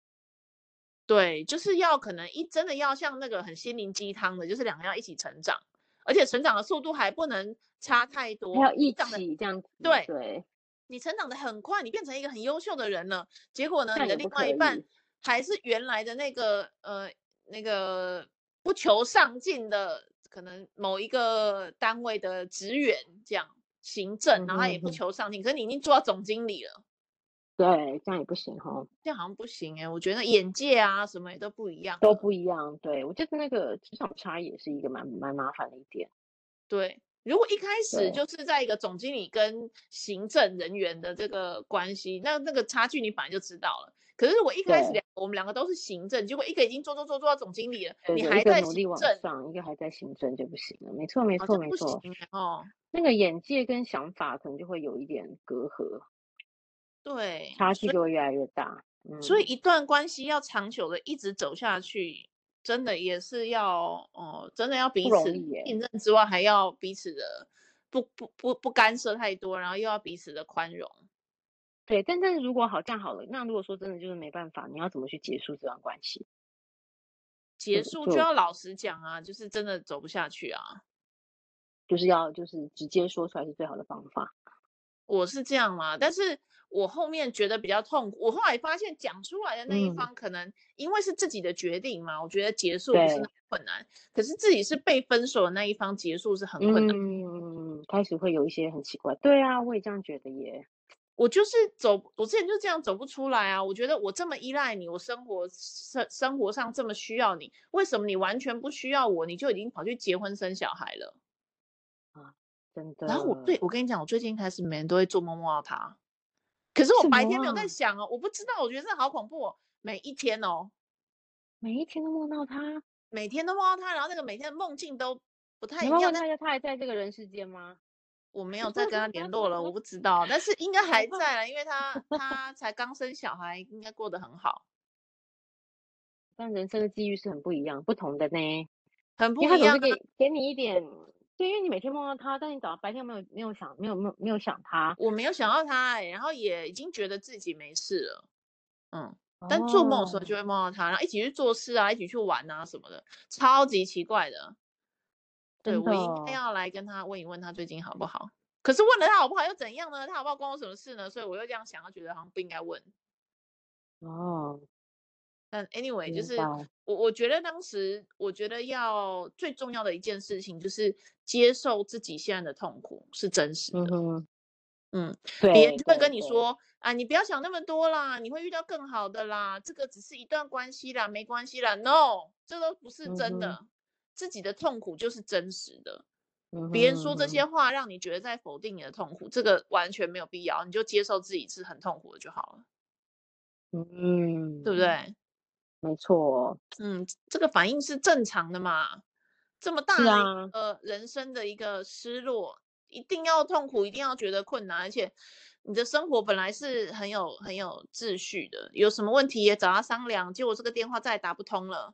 S1: 对，就是要可能一真的要像那个很心灵鸡汤的，就是两个要一起成长，而且成长的速度还不能差太
S2: 还
S1: 多。
S2: 要
S1: 你
S2: 一
S1: 长得
S2: 起这样子，
S1: 对，
S2: 对，
S1: 你成长的很快，你变成一个很优秀的人了，结果呢，
S2: 这
S1: 你
S2: 样
S1: 的
S2: 也
S1: 另
S2: 不
S1: 外一
S2: 可
S1: 半
S2: 以。
S1: 还是原来的那个呃那个不求上进的，可能某一个单位的职员这样行政，
S2: 嗯
S1: 然后他
S2: 哼
S1: 也
S2: 嗯
S1: 不
S2: 哼，
S1: 求上进，可是你已经做到总经理了，
S2: 对，这样也不行哈，
S1: 这样好像不行哎，我觉得眼界啊什么也都不一样
S2: 都
S1: 了。
S2: 不一样。对，我觉得那个职场差异也是一个蛮蛮麻烦的一点。
S1: 对，如果一开始
S2: 对，
S1: 就是在一个总经理跟行政人员的这个关系，那那个差距你本来就知道了。可是我一开始
S2: 对，
S1: 两我们两个都是行政，结果一个已经做做做做到总经理了，
S2: 对
S1: 你
S2: 对，一
S1: 还
S2: 个
S1: 在
S2: 努力
S1: 行
S2: 往
S1: 政，
S2: 上，一个还在行政就不行了。没错，没
S1: 好
S2: 错，
S1: 像
S2: 没
S1: 不行
S2: 错。
S1: 哦。
S2: 那个眼界跟想法可能就会有一点隔阂，
S1: 对，
S2: 差距
S1: 所以
S2: 就会越来越大。
S1: 所以
S2: 嗯，
S1: 一段关系要长久的一直走下去，真的也是要哦、呃真的要
S2: 不
S1: 彼
S2: 容
S1: 此
S2: 易耶。
S1: 信任之外，还要彼此的不不不不干涉太多，然后又要彼此的宽容。
S2: 对，但但是如果好这样好了，那如果说真的就是没办法，你要怎么去结束这段关系？就
S1: 结束就
S2: 就
S1: 要老实讲啊，就是真的走不下去啊。
S2: 就是要就是直接说出来是最好的方法。
S1: 我是这样啦，但是我后面觉得比较痛苦。我后来发现讲出来的那一
S2: 嗯，
S1: 方，可能因为是自己的决定嘛，我觉得结束不是那
S2: 对，
S1: 么困难。可是自己是被分手的那一方，
S2: 嗯
S1: 结束是很困难。
S2: 嗯，开始会有一些很奇怪。对啊，我也这样觉得耶。
S1: 我就是走，我之前就这样走不出来啊！我觉得我这么依赖你，我生活生生活上这么需要你，为什么你完全不需要我，你就已经跑去结婚生小孩了？
S2: 真的。
S1: 然后我对我跟你讲，我最近开始每天都会做梦梦到他，可是我
S2: 什
S1: 白
S2: 么
S1: 天没有在
S2: 啊
S1: 想哦，我不知道，我觉得这好恐怖哦，每一天哦，
S2: 每一天都梦到他，
S1: 每天都梦到他，然后那个每天的梦境都不太
S2: 你
S1: 一
S2: 要
S1: 样，
S2: 问
S1: 但
S2: 他一下，他还在这个人世间吗？
S1: 我没有再跟他联络了，我不知道，但是应该还
S2: 怕
S1: 在啦，因为他他才刚生小孩，应该过得很好，
S2: 但人生的际遇是很不一样，不同的呢。
S1: 很不
S2: 因为他
S1: 一
S2: 总
S1: 样
S2: 是
S1: 啊。
S2: 给给你一点，对，因为你每天梦到他，但你早白天没有没有想没有没有没有想他，
S1: 我没有想到他、欸，然后也已经觉得自己没事了，嗯，但做梦的时候
S2: 哦
S1: 就会梦到他，然后一起去做事啊，一起去玩啊什么的，超级奇怪的。对
S2: 真的
S1: 我应该
S2: 哦
S1: 要来跟他问一问他最近好不好。可是问了他好不好又怎样呢？他好不好关我什么事呢？所以我又这样想，又觉得好像不应该问。
S2: 哦，
S1: 但 anyway，就
S2: 明
S1: 是
S2: 白，
S1: 我我觉得当时我觉得要最重要的一件事情就是接受自己现在的痛苦是真实
S2: 嗯
S1: 的，
S2: 哼，
S1: 嗯，别人
S2: 对
S1: 就会
S2: 对
S1: 跟你
S2: 对，
S1: 说啊，你不要想那么多啦，你会遇到更好的啦，这个只是一段关系啦，没关系啦。No，这都不是
S2: 嗯
S1: 真
S2: 哼
S1: 的，自己的痛苦就是真实的。
S2: 嗯
S1: 别人
S2: 哼
S1: 说
S2: 嗯
S1: 这些
S2: 哼，
S1: 话，让你觉得在否定你的痛苦，这个完全没有必要，你就接受自己是很痛苦的就好了，对不
S2: 嗯，
S1: 对？
S2: 没错，
S1: 嗯，这个反应是正常的嘛？这么大
S2: 是
S1: 的一
S2: 啊，
S1: 个人生的一个失落，一定要痛苦，一定要觉得困难，而且你的生活本来是很有很有秩序的，有什么问题也找他商量，结果这个电话再也打不通了，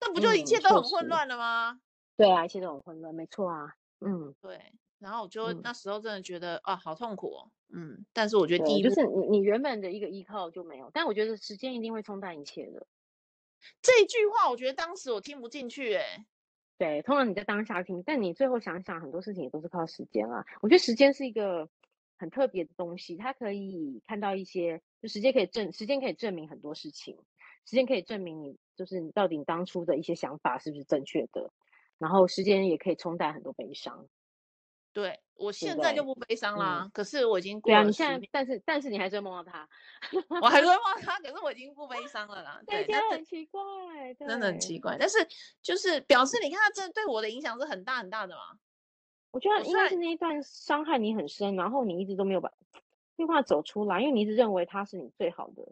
S1: 那不就一
S2: 嗯
S1: 切
S2: 确
S1: 都很混
S2: 实
S1: 乱了吗？
S2: 对啊，一切都很混乱，没错啊，嗯
S1: 对，然后我就
S2: 嗯，
S1: 那时候真的觉得啊，好痛苦哦，嗯，但是我觉得第
S2: 对，
S1: 一
S2: 就
S1: 步
S2: 是你你原本的一个依靠就没有，但我觉得时间一定会冲淡一切的。
S1: 这一句话，我觉得当时我听不进去、欸，
S2: 对，通常你在当下听，但你最后想想，很多事情也都是靠时间啊。我觉得时间是一个很特别的东西，它可以看到一些，就时间可以证，时间可以证明很多事情，时间可以证明你就是你到底你当初的一些想法是不是正确的，然后时间也可以冲淡很多悲伤，
S1: 对我
S2: 对不
S1: 现在就
S2: 对？
S1: 不悲伤
S2: 嗯，
S1: 啦，可是我已经
S2: 对啊，
S1: 过
S2: 你
S1: 了
S2: 现
S1: 十
S2: 在，但是但是你还是会梦到他，
S1: 我还是会骂他，可是我已经不悲伤了 啦。
S2: 对，觉
S1: 对，但
S2: 得
S1: 是
S2: 很奇怪，对，
S1: 真的很奇怪，但是就是表示，你看他真的对我的影响是很大很大的嘛。
S2: 我觉得
S1: 我
S2: 应
S1: 虽
S2: 该
S1: 然
S2: 是那一段伤害你很深，然后你一直都没有把那块走出来，因为你一直认为他是你最好的，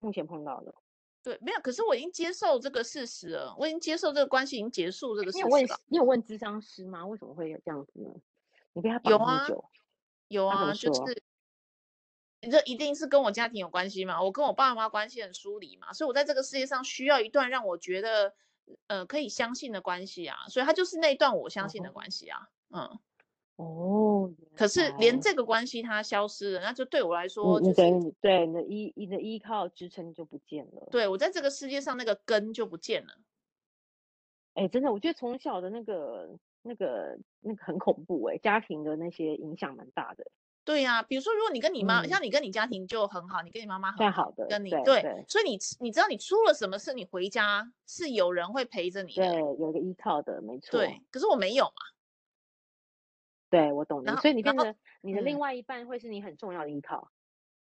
S2: 目前碰到的。
S1: 对没有，可是我已经接受这个事实了，我已经接受这个关系已经结束这个
S2: 你有
S1: 事实
S2: 问
S1: 了。
S2: 你有问咨商师吗？为什么会有这样子呢？你被他
S1: 有
S2: 绑那么
S1: 啊，
S2: 久，
S1: 有
S2: 他怎么
S1: 啊，就
S2: 说？
S1: 是这一定是跟我家庭有关系嘛，我跟我爸妈关系很疏离嘛，所以我在这个世界上需要一段让我觉得呃可以相信的关系啊，所以他就是那一段我相信的
S2: 哦
S1: 关系啊，嗯。
S2: 哦，嗯原
S1: 可是连
S2: 来
S1: 这个关系它消失了，那就对我来
S2: 你
S1: 说
S2: 你
S1: 啊就
S2: 的
S1: 是
S2: 你对你的依你的依靠支撑就不见了。
S1: 对我在这个世界上那个根就不见了。
S2: 哎，真的，我觉得从小的那个那个那个很恐怖哎，家庭的那些影响蛮大的。
S1: 对呀、比如说，如果你跟你妈，
S2: 嗯，
S1: 像你跟你家庭就很好，你跟你妈妈很
S2: 算好
S1: 好，
S2: 的，
S1: 哦跟你
S2: 对
S1: 对，
S2: 对
S1: 所以你吃你知道你出了什么事，你回家是有人会陪着你
S2: 对，
S1: 的，
S2: 有一个依靠的，没错。
S1: 对。可是我没有嘛，
S2: 对，我懂
S1: 然
S2: 你，
S1: 后
S2: 所以你
S1: 然
S2: 变
S1: 后
S2: 得你的另
S1: 嗯，
S2: 外一半会是你很重要的依靠。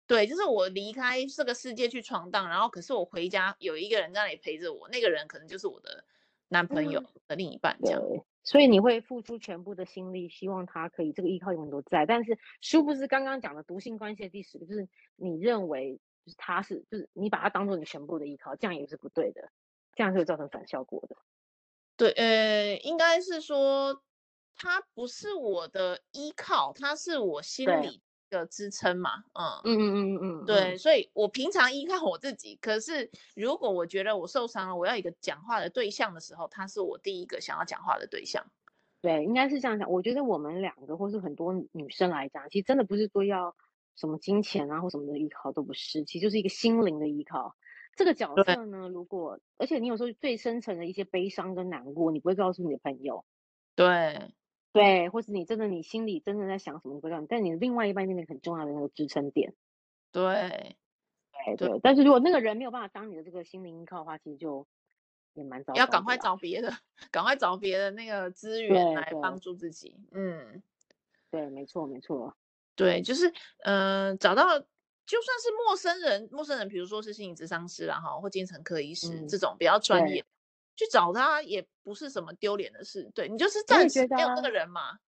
S1: 对，就是我离开这个世界去闯荡，然后可是我回家有一个人在那里陪着我，那个人可能就是我的男朋友
S2: 嗯，
S1: 的另一半这样。
S2: 对，所以你会付出全部的心力，希望他可以这个依靠永远都在。但是殊不知，刚刚讲的毒性关系的第十个就是你认为就是他是就是你把他当做你全部的依靠，这样也是不对的，这样是会造成反效果的。
S1: 对，呃，应该是说，他不是我的依靠，他是我心
S2: 对，
S1: 里的支撑嘛，嗯，
S2: 嗯嗯嗯嗯
S1: 对，
S2: 嗯，
S1: 所以我平常依靠我自己，可是如果我觉得我受伤了，我要一个讲话的对象的时候，他是我第一个想要讲话的对象。
S2: 对，应该是这样讲。我觉得我们两个或是很多女生来讲，其实真的不是说要什么金钱啊或什么的依靠都不是，其实就是一个心灵的依靠。这个角
S1: 对，
S2: 色呢，如果而且你有时候最深层的一些悲伤跟难过，你不会告诉你的朋友。
S1: 对，
S2: 对，或是你真的你心里真的在想什么，你不知道，但你另外一半那个很重要的那个支撑点，
S1: 对，
S2: 对
S1: 对，
S2: 对。但是如果那个人没有办法当你的这个心灵依靠的话，其实就也蛮糟
S1: 要
S2: 糕
S1: 赶
S2: 的
S1: 快
S2: 啦。
S1: 找别的， 赶快找别的那个资源
S2: 对
S1: 来
S2: 对
S1: 帮助自己。嗯，
S2: 对，没错没错。
S1: 对，就是呃，找到就算是陌生人，陌生人，比如说是心理咨商师啦哈，或精神科医师、
S2: 嗯
S1: 这种比较专
S2: 对
S1: 业，去找他也不是什么丢脸的事。对你就是
S2: 我也
S1: 暂时
S2: 觉得
S1: 没有那
S2: 啊
S1: 个人嘛，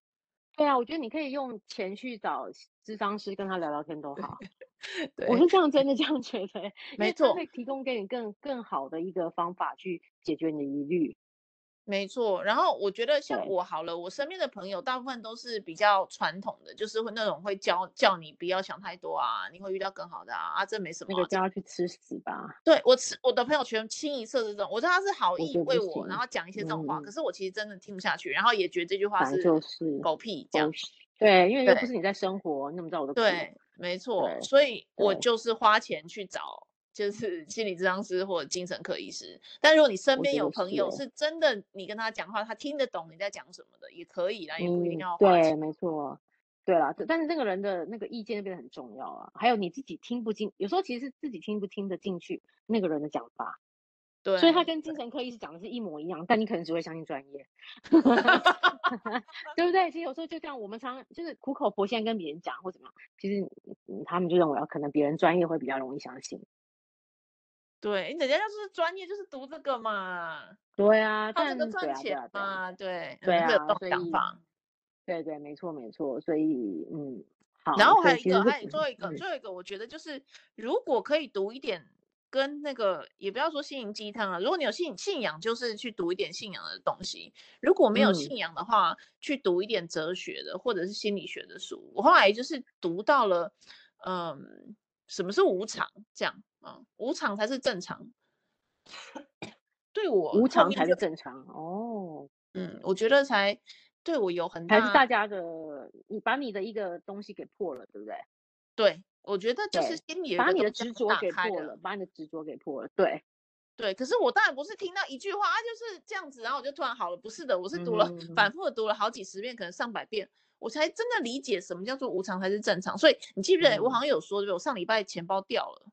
S2: 对啊，我觉得你可以用钱去找咨商师跟他聊聊天都 好。
S1: 对，
S2: 我是这样真的这样觉 得，因
S1: 没
S2: 为他
S1: 错
S2: 会提供给你更更好的一个方法去解决你的疑虑。
S1: 没错，然后我觉得像
S2: 对
S1: 我好了，我身边的朋友大部分都是比较传统的，就是会那种会教叫你不要想太多啊，你会遇到更好的啊，啊这没什么
S2: 那
S1: 啊、
S2: 个叫他去吃屎吧，
S1: 对我吃我的朋友圈清一色这种，我知道他是好
S2: 我
S1: 意
S2: 觉得
S1: 为
S2: 不
S1: 我，然
S2: 行
S1: 后讲一些这种话，
S2: 嗯
S1: 可是我其实真的听不下去，然后也觉得这句话
S2: 反正就是
S1: 狗屁这样
S2: 都。是对，因为又
S1: 对
S2: 不是你在生活，你怎么知道我的苦？
S1: 对，没错，
S2: 对
S1: 所以我
S2: 对
S1: 就是花钱去找，就是心理咨商师或者精神科医师。但如果你身
S2: 我
S1: 边
S2: 觉
S1: 有
S2: 得
S1: 朋
S2: 是
S1: 友
S2: 欸
S1: 是真的，你跟他讲话，他听得懂你在讲什么的，也可以啦，也不一定
S2: 嗯
S1: 要，花
S2: 对，
S1: 钱。
S2: 没错，对啦，这但是那个人的那个意见那边很重要啊，还有你自己听不进，有时候其实是自己听不听得进去那个人的讲法，
S1: 对，
S2: 所以他跟精神科医师讲的是一模一样，但你可能只会相信专 业，对不对？其实有时候就这样，我们常就是苦口婆心地跟别人讲或怎么样，其实、嗯他们就认为可能别人专业会比较容易相信。
S1: 对，人家就是专业，就是读这个嘛，
S2: 对啊，
S1: 靠这
S2: 但
S1: 个
S2: 对
S1: 赚
S2: 啊，对
S1: 钱
S2: 啊，对啊，
S1: 嘛，对，
S2: 对
S1: 嗯会有这
S2: 啊，
S1: 种
S2: 所
S1: 想
S2: 以
S1: 法。
S2: 对对，没错没错，所以嗯，好，
S1: 然后
S2: 所
S1: 还
S2: 以
S1: 有一
S2: 其实
S1: 个，
S2: 是
S1: 还有最后一个，
S2: 嗯
S1: 最后一个，我觉得就是如果可以读一点跟那个，也不要说心灵鸡汤啊，如果你有信信仰，就是去读一点信仰的东西；如果没有
S2: 嗯
S1: 信仰的话，去读一点哲学的或者是心理学的书。我后来就是读到了，嗯，什么是无常？这样啊、嗯无常才是 正常。对我
S2: 无
S1: 后
S2: 常
S1: 面
S2: 才是
S1: 就
S2: 正常哦。
S1: 嗯，我觉得才对我有很
S2: 还是
S1: 大
S2: 大家的，你把你的一个东西给破了，对不对？
S1: 对，我觉得就是
S2: 对，
S1: 心里有一
S2: 把
S1: 个
S2: 你
S1: 东
S2: 的
S1: 西
S2: 执
S1: 被
S2: 着
S1: 打
S2: 给
S1: 开
S2: 破
S1: 了。
S2: 了，把你的执着给破了，对，
S1: 对，可是我当然不是听到一句话啊，就是这样子，然后我就突然好了。不是的，我是读了、
S2: 嗯
S1: 反复的读了好几十遍，可能上百遍，我才真的理解什么叫做无常才是正常。所以你记不记得我好
S2: 嗯，
S1: 像有说，对不对我上礼拜钱包掉了，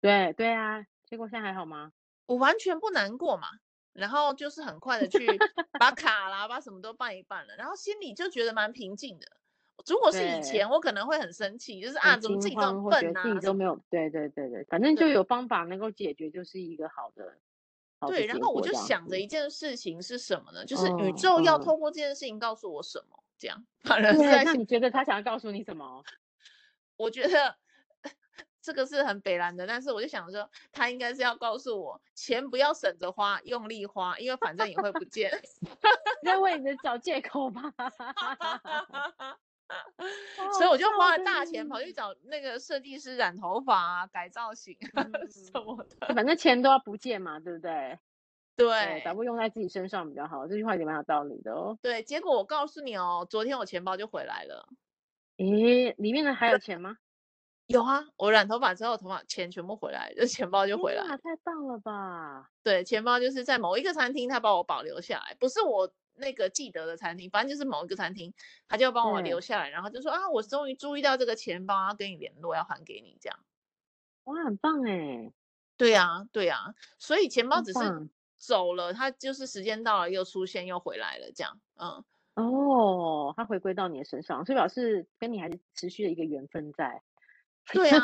S2: 对对啊，结果现在还好吗？
S1: 我完全不难过嘛，然后就是很快 的去把卡啦，把什么都办一办了，然后心里就觉得蛮平静的。如果是以
S2: 对，
S1: 前，我可能会很生气，就是啊，
S2: 很
S1: 怎么自
S2: 惊
S1: 己这
S2: 慌，
S1: 么
S2: 或觉
S1: 笨
S2: 得自己
S1: 啊
S2: 都
S1: 什么
S2: 没
S1: 的。
S2: 有，对对对对，反正就
S1: 对
S2: 有方法能够解决，就是一个好的好的
S1: 对，然
S2: 结
S1: 后我
S2: 果
S1: 就
S2: 这样
S1: 想着
S2: 子，
S1: 一件事情是什么呢？就是宇
S2: 嗯
S1: 宙要
S2: 嗯，
S1: 透过这件事情告诉我什么？这样，反而是
S2: 对，啊
S1: 在
S2: 那
S1: 想，
S2: 你觉得他想要告诉你什么？
S1: 我觉得 这个是很北然的，但是我就想说，他应该是要告诉我，钱不要省着花，用力花，因为反正也会不见。
S2: 你在为你的找借口 吧，好
S1: 所以
S2: 好
S1: 我就
S2: 笑哦，
S1: 花了
S2: 真
S1: 大钱跑去
S2: 的。
S1: 找那个设计师染头发啊、改造型啊 什
S2: 嗯，
S1: 么
S2: 就
S1: 的。
S2: 反正钱都要不见嘛，对不对？对，倒
S1: 对
S2: 不如用在自己身上比较好。这句话也蛮有道理的哦。
S1: 对，结果我告诉你哦，昨天我钱包就回来了。
S2: 诶，里面的还有钱吗？
S1: 有啊，我染头发之后，头发钱全部回来，就钱包就
S2: 天
S1: 回来
S2: 呐，
S1: 了。
S2: 太棒了吧！
S1: 对，钱包就是在某一个餐厅，他把我保留下来，不是我那个记得的餐厅，反正就是某一个餐厅，他就帮我留
S2: 对，
S1: 下来，然后就说啊，我终于注意到这个钱包，要跟你联络，要还给你这样。
S2: 哇，很棒诶，
S1: 对呀，对呀，所以钱包
S2: 真
S1: 只是
S2: 棒
S1: 走了，它就是时间到了又出现又回来了这样。 嗯，
S2: 哦！它回归到你的身上，所以表示跟你还是持续的一个缘分在。
S1: 对啊，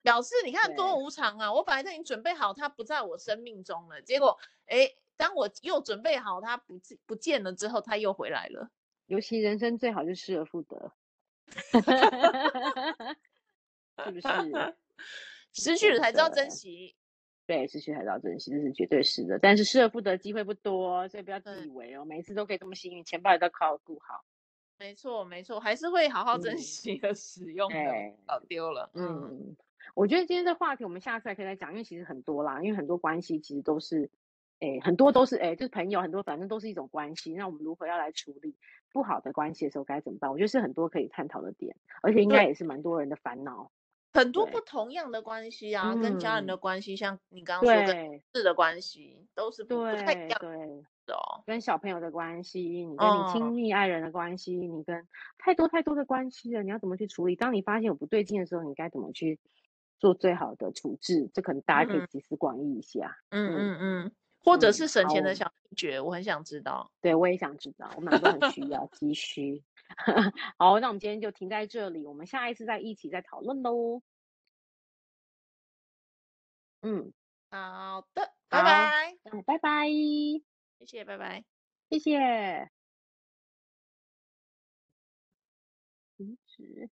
S1: 表示你看多
S2: 对，
S1: 无常啊！我本来都已经准备好，它不在我生命中了，结果诶，当我又准备好，它不见不见了之后，它又回来了。
S2: 尤其人生最好就失而复得， 是不是？
S1: 失去了
S2: 真
S1: 才知道珍
S2: 的。
S1: 惜。
S2: 对，失去还是要珍惜，这是绝对是的。但是失而复得的机会不多，所以不要自
S1: 对，
S2: 以为哦，每一次都可以这么幸运，钱包也都靠顾好。
S1: 没错没错，还是会好好珍
S2: 嗯，
S1: 惜的使用的，
S2: 对，
S1: 搞丢了。嗯，
S2: 嗯，我觉得今天这话题我们下次还可以再讲，因为其实很多啦，因为很多关系其实都是，诶，很多都是诶，就是朋友，很多反正都是一种关系。那我们如何要来处理不好的关系的时候该怎么办？我觉得是很多可以探讨的点，而且应
S1: 对，
S2: 该也是蛮多人的烦恼。
S1: 很多不
S2: 对，
S1: 同样的关系啊，跟家人的
S2: 嗯，
S1: 关系，像你刚刚说跟
S2: 对，
S1: 事的关系，都是不不太
S2: 对，
S1: 一样
S2: 对。
S1: 的哦。
S2: 跟小朋友的关系，你跟你亲
S1: 嗯，
S2: 密爱人的关系，你跟太多太多的关系了，你要怎么去处理？当你发现有不对劲的时候，你该怎么去做最好的处置？这可能大家可以
S1: 嗯
S2: 集思广益一下。
S1: 嗯
S2: 嗯，
S1: 嗯嗯，或者
S2: 嗯
S1: 是省钱的
S2: 好
S1: 小秘诀，我很想知道。
S2: 对，我也想知道，我们俩都很需要，急需。 好，那我们今天就停在这里，我们下一次再一起再讨论喽。嗯，
S1: 好的，拜
S2: 好
S1: 拜，
S2: 那拜拜，谢
S1: 谢谢，拜拜。
S2: 谢。停止。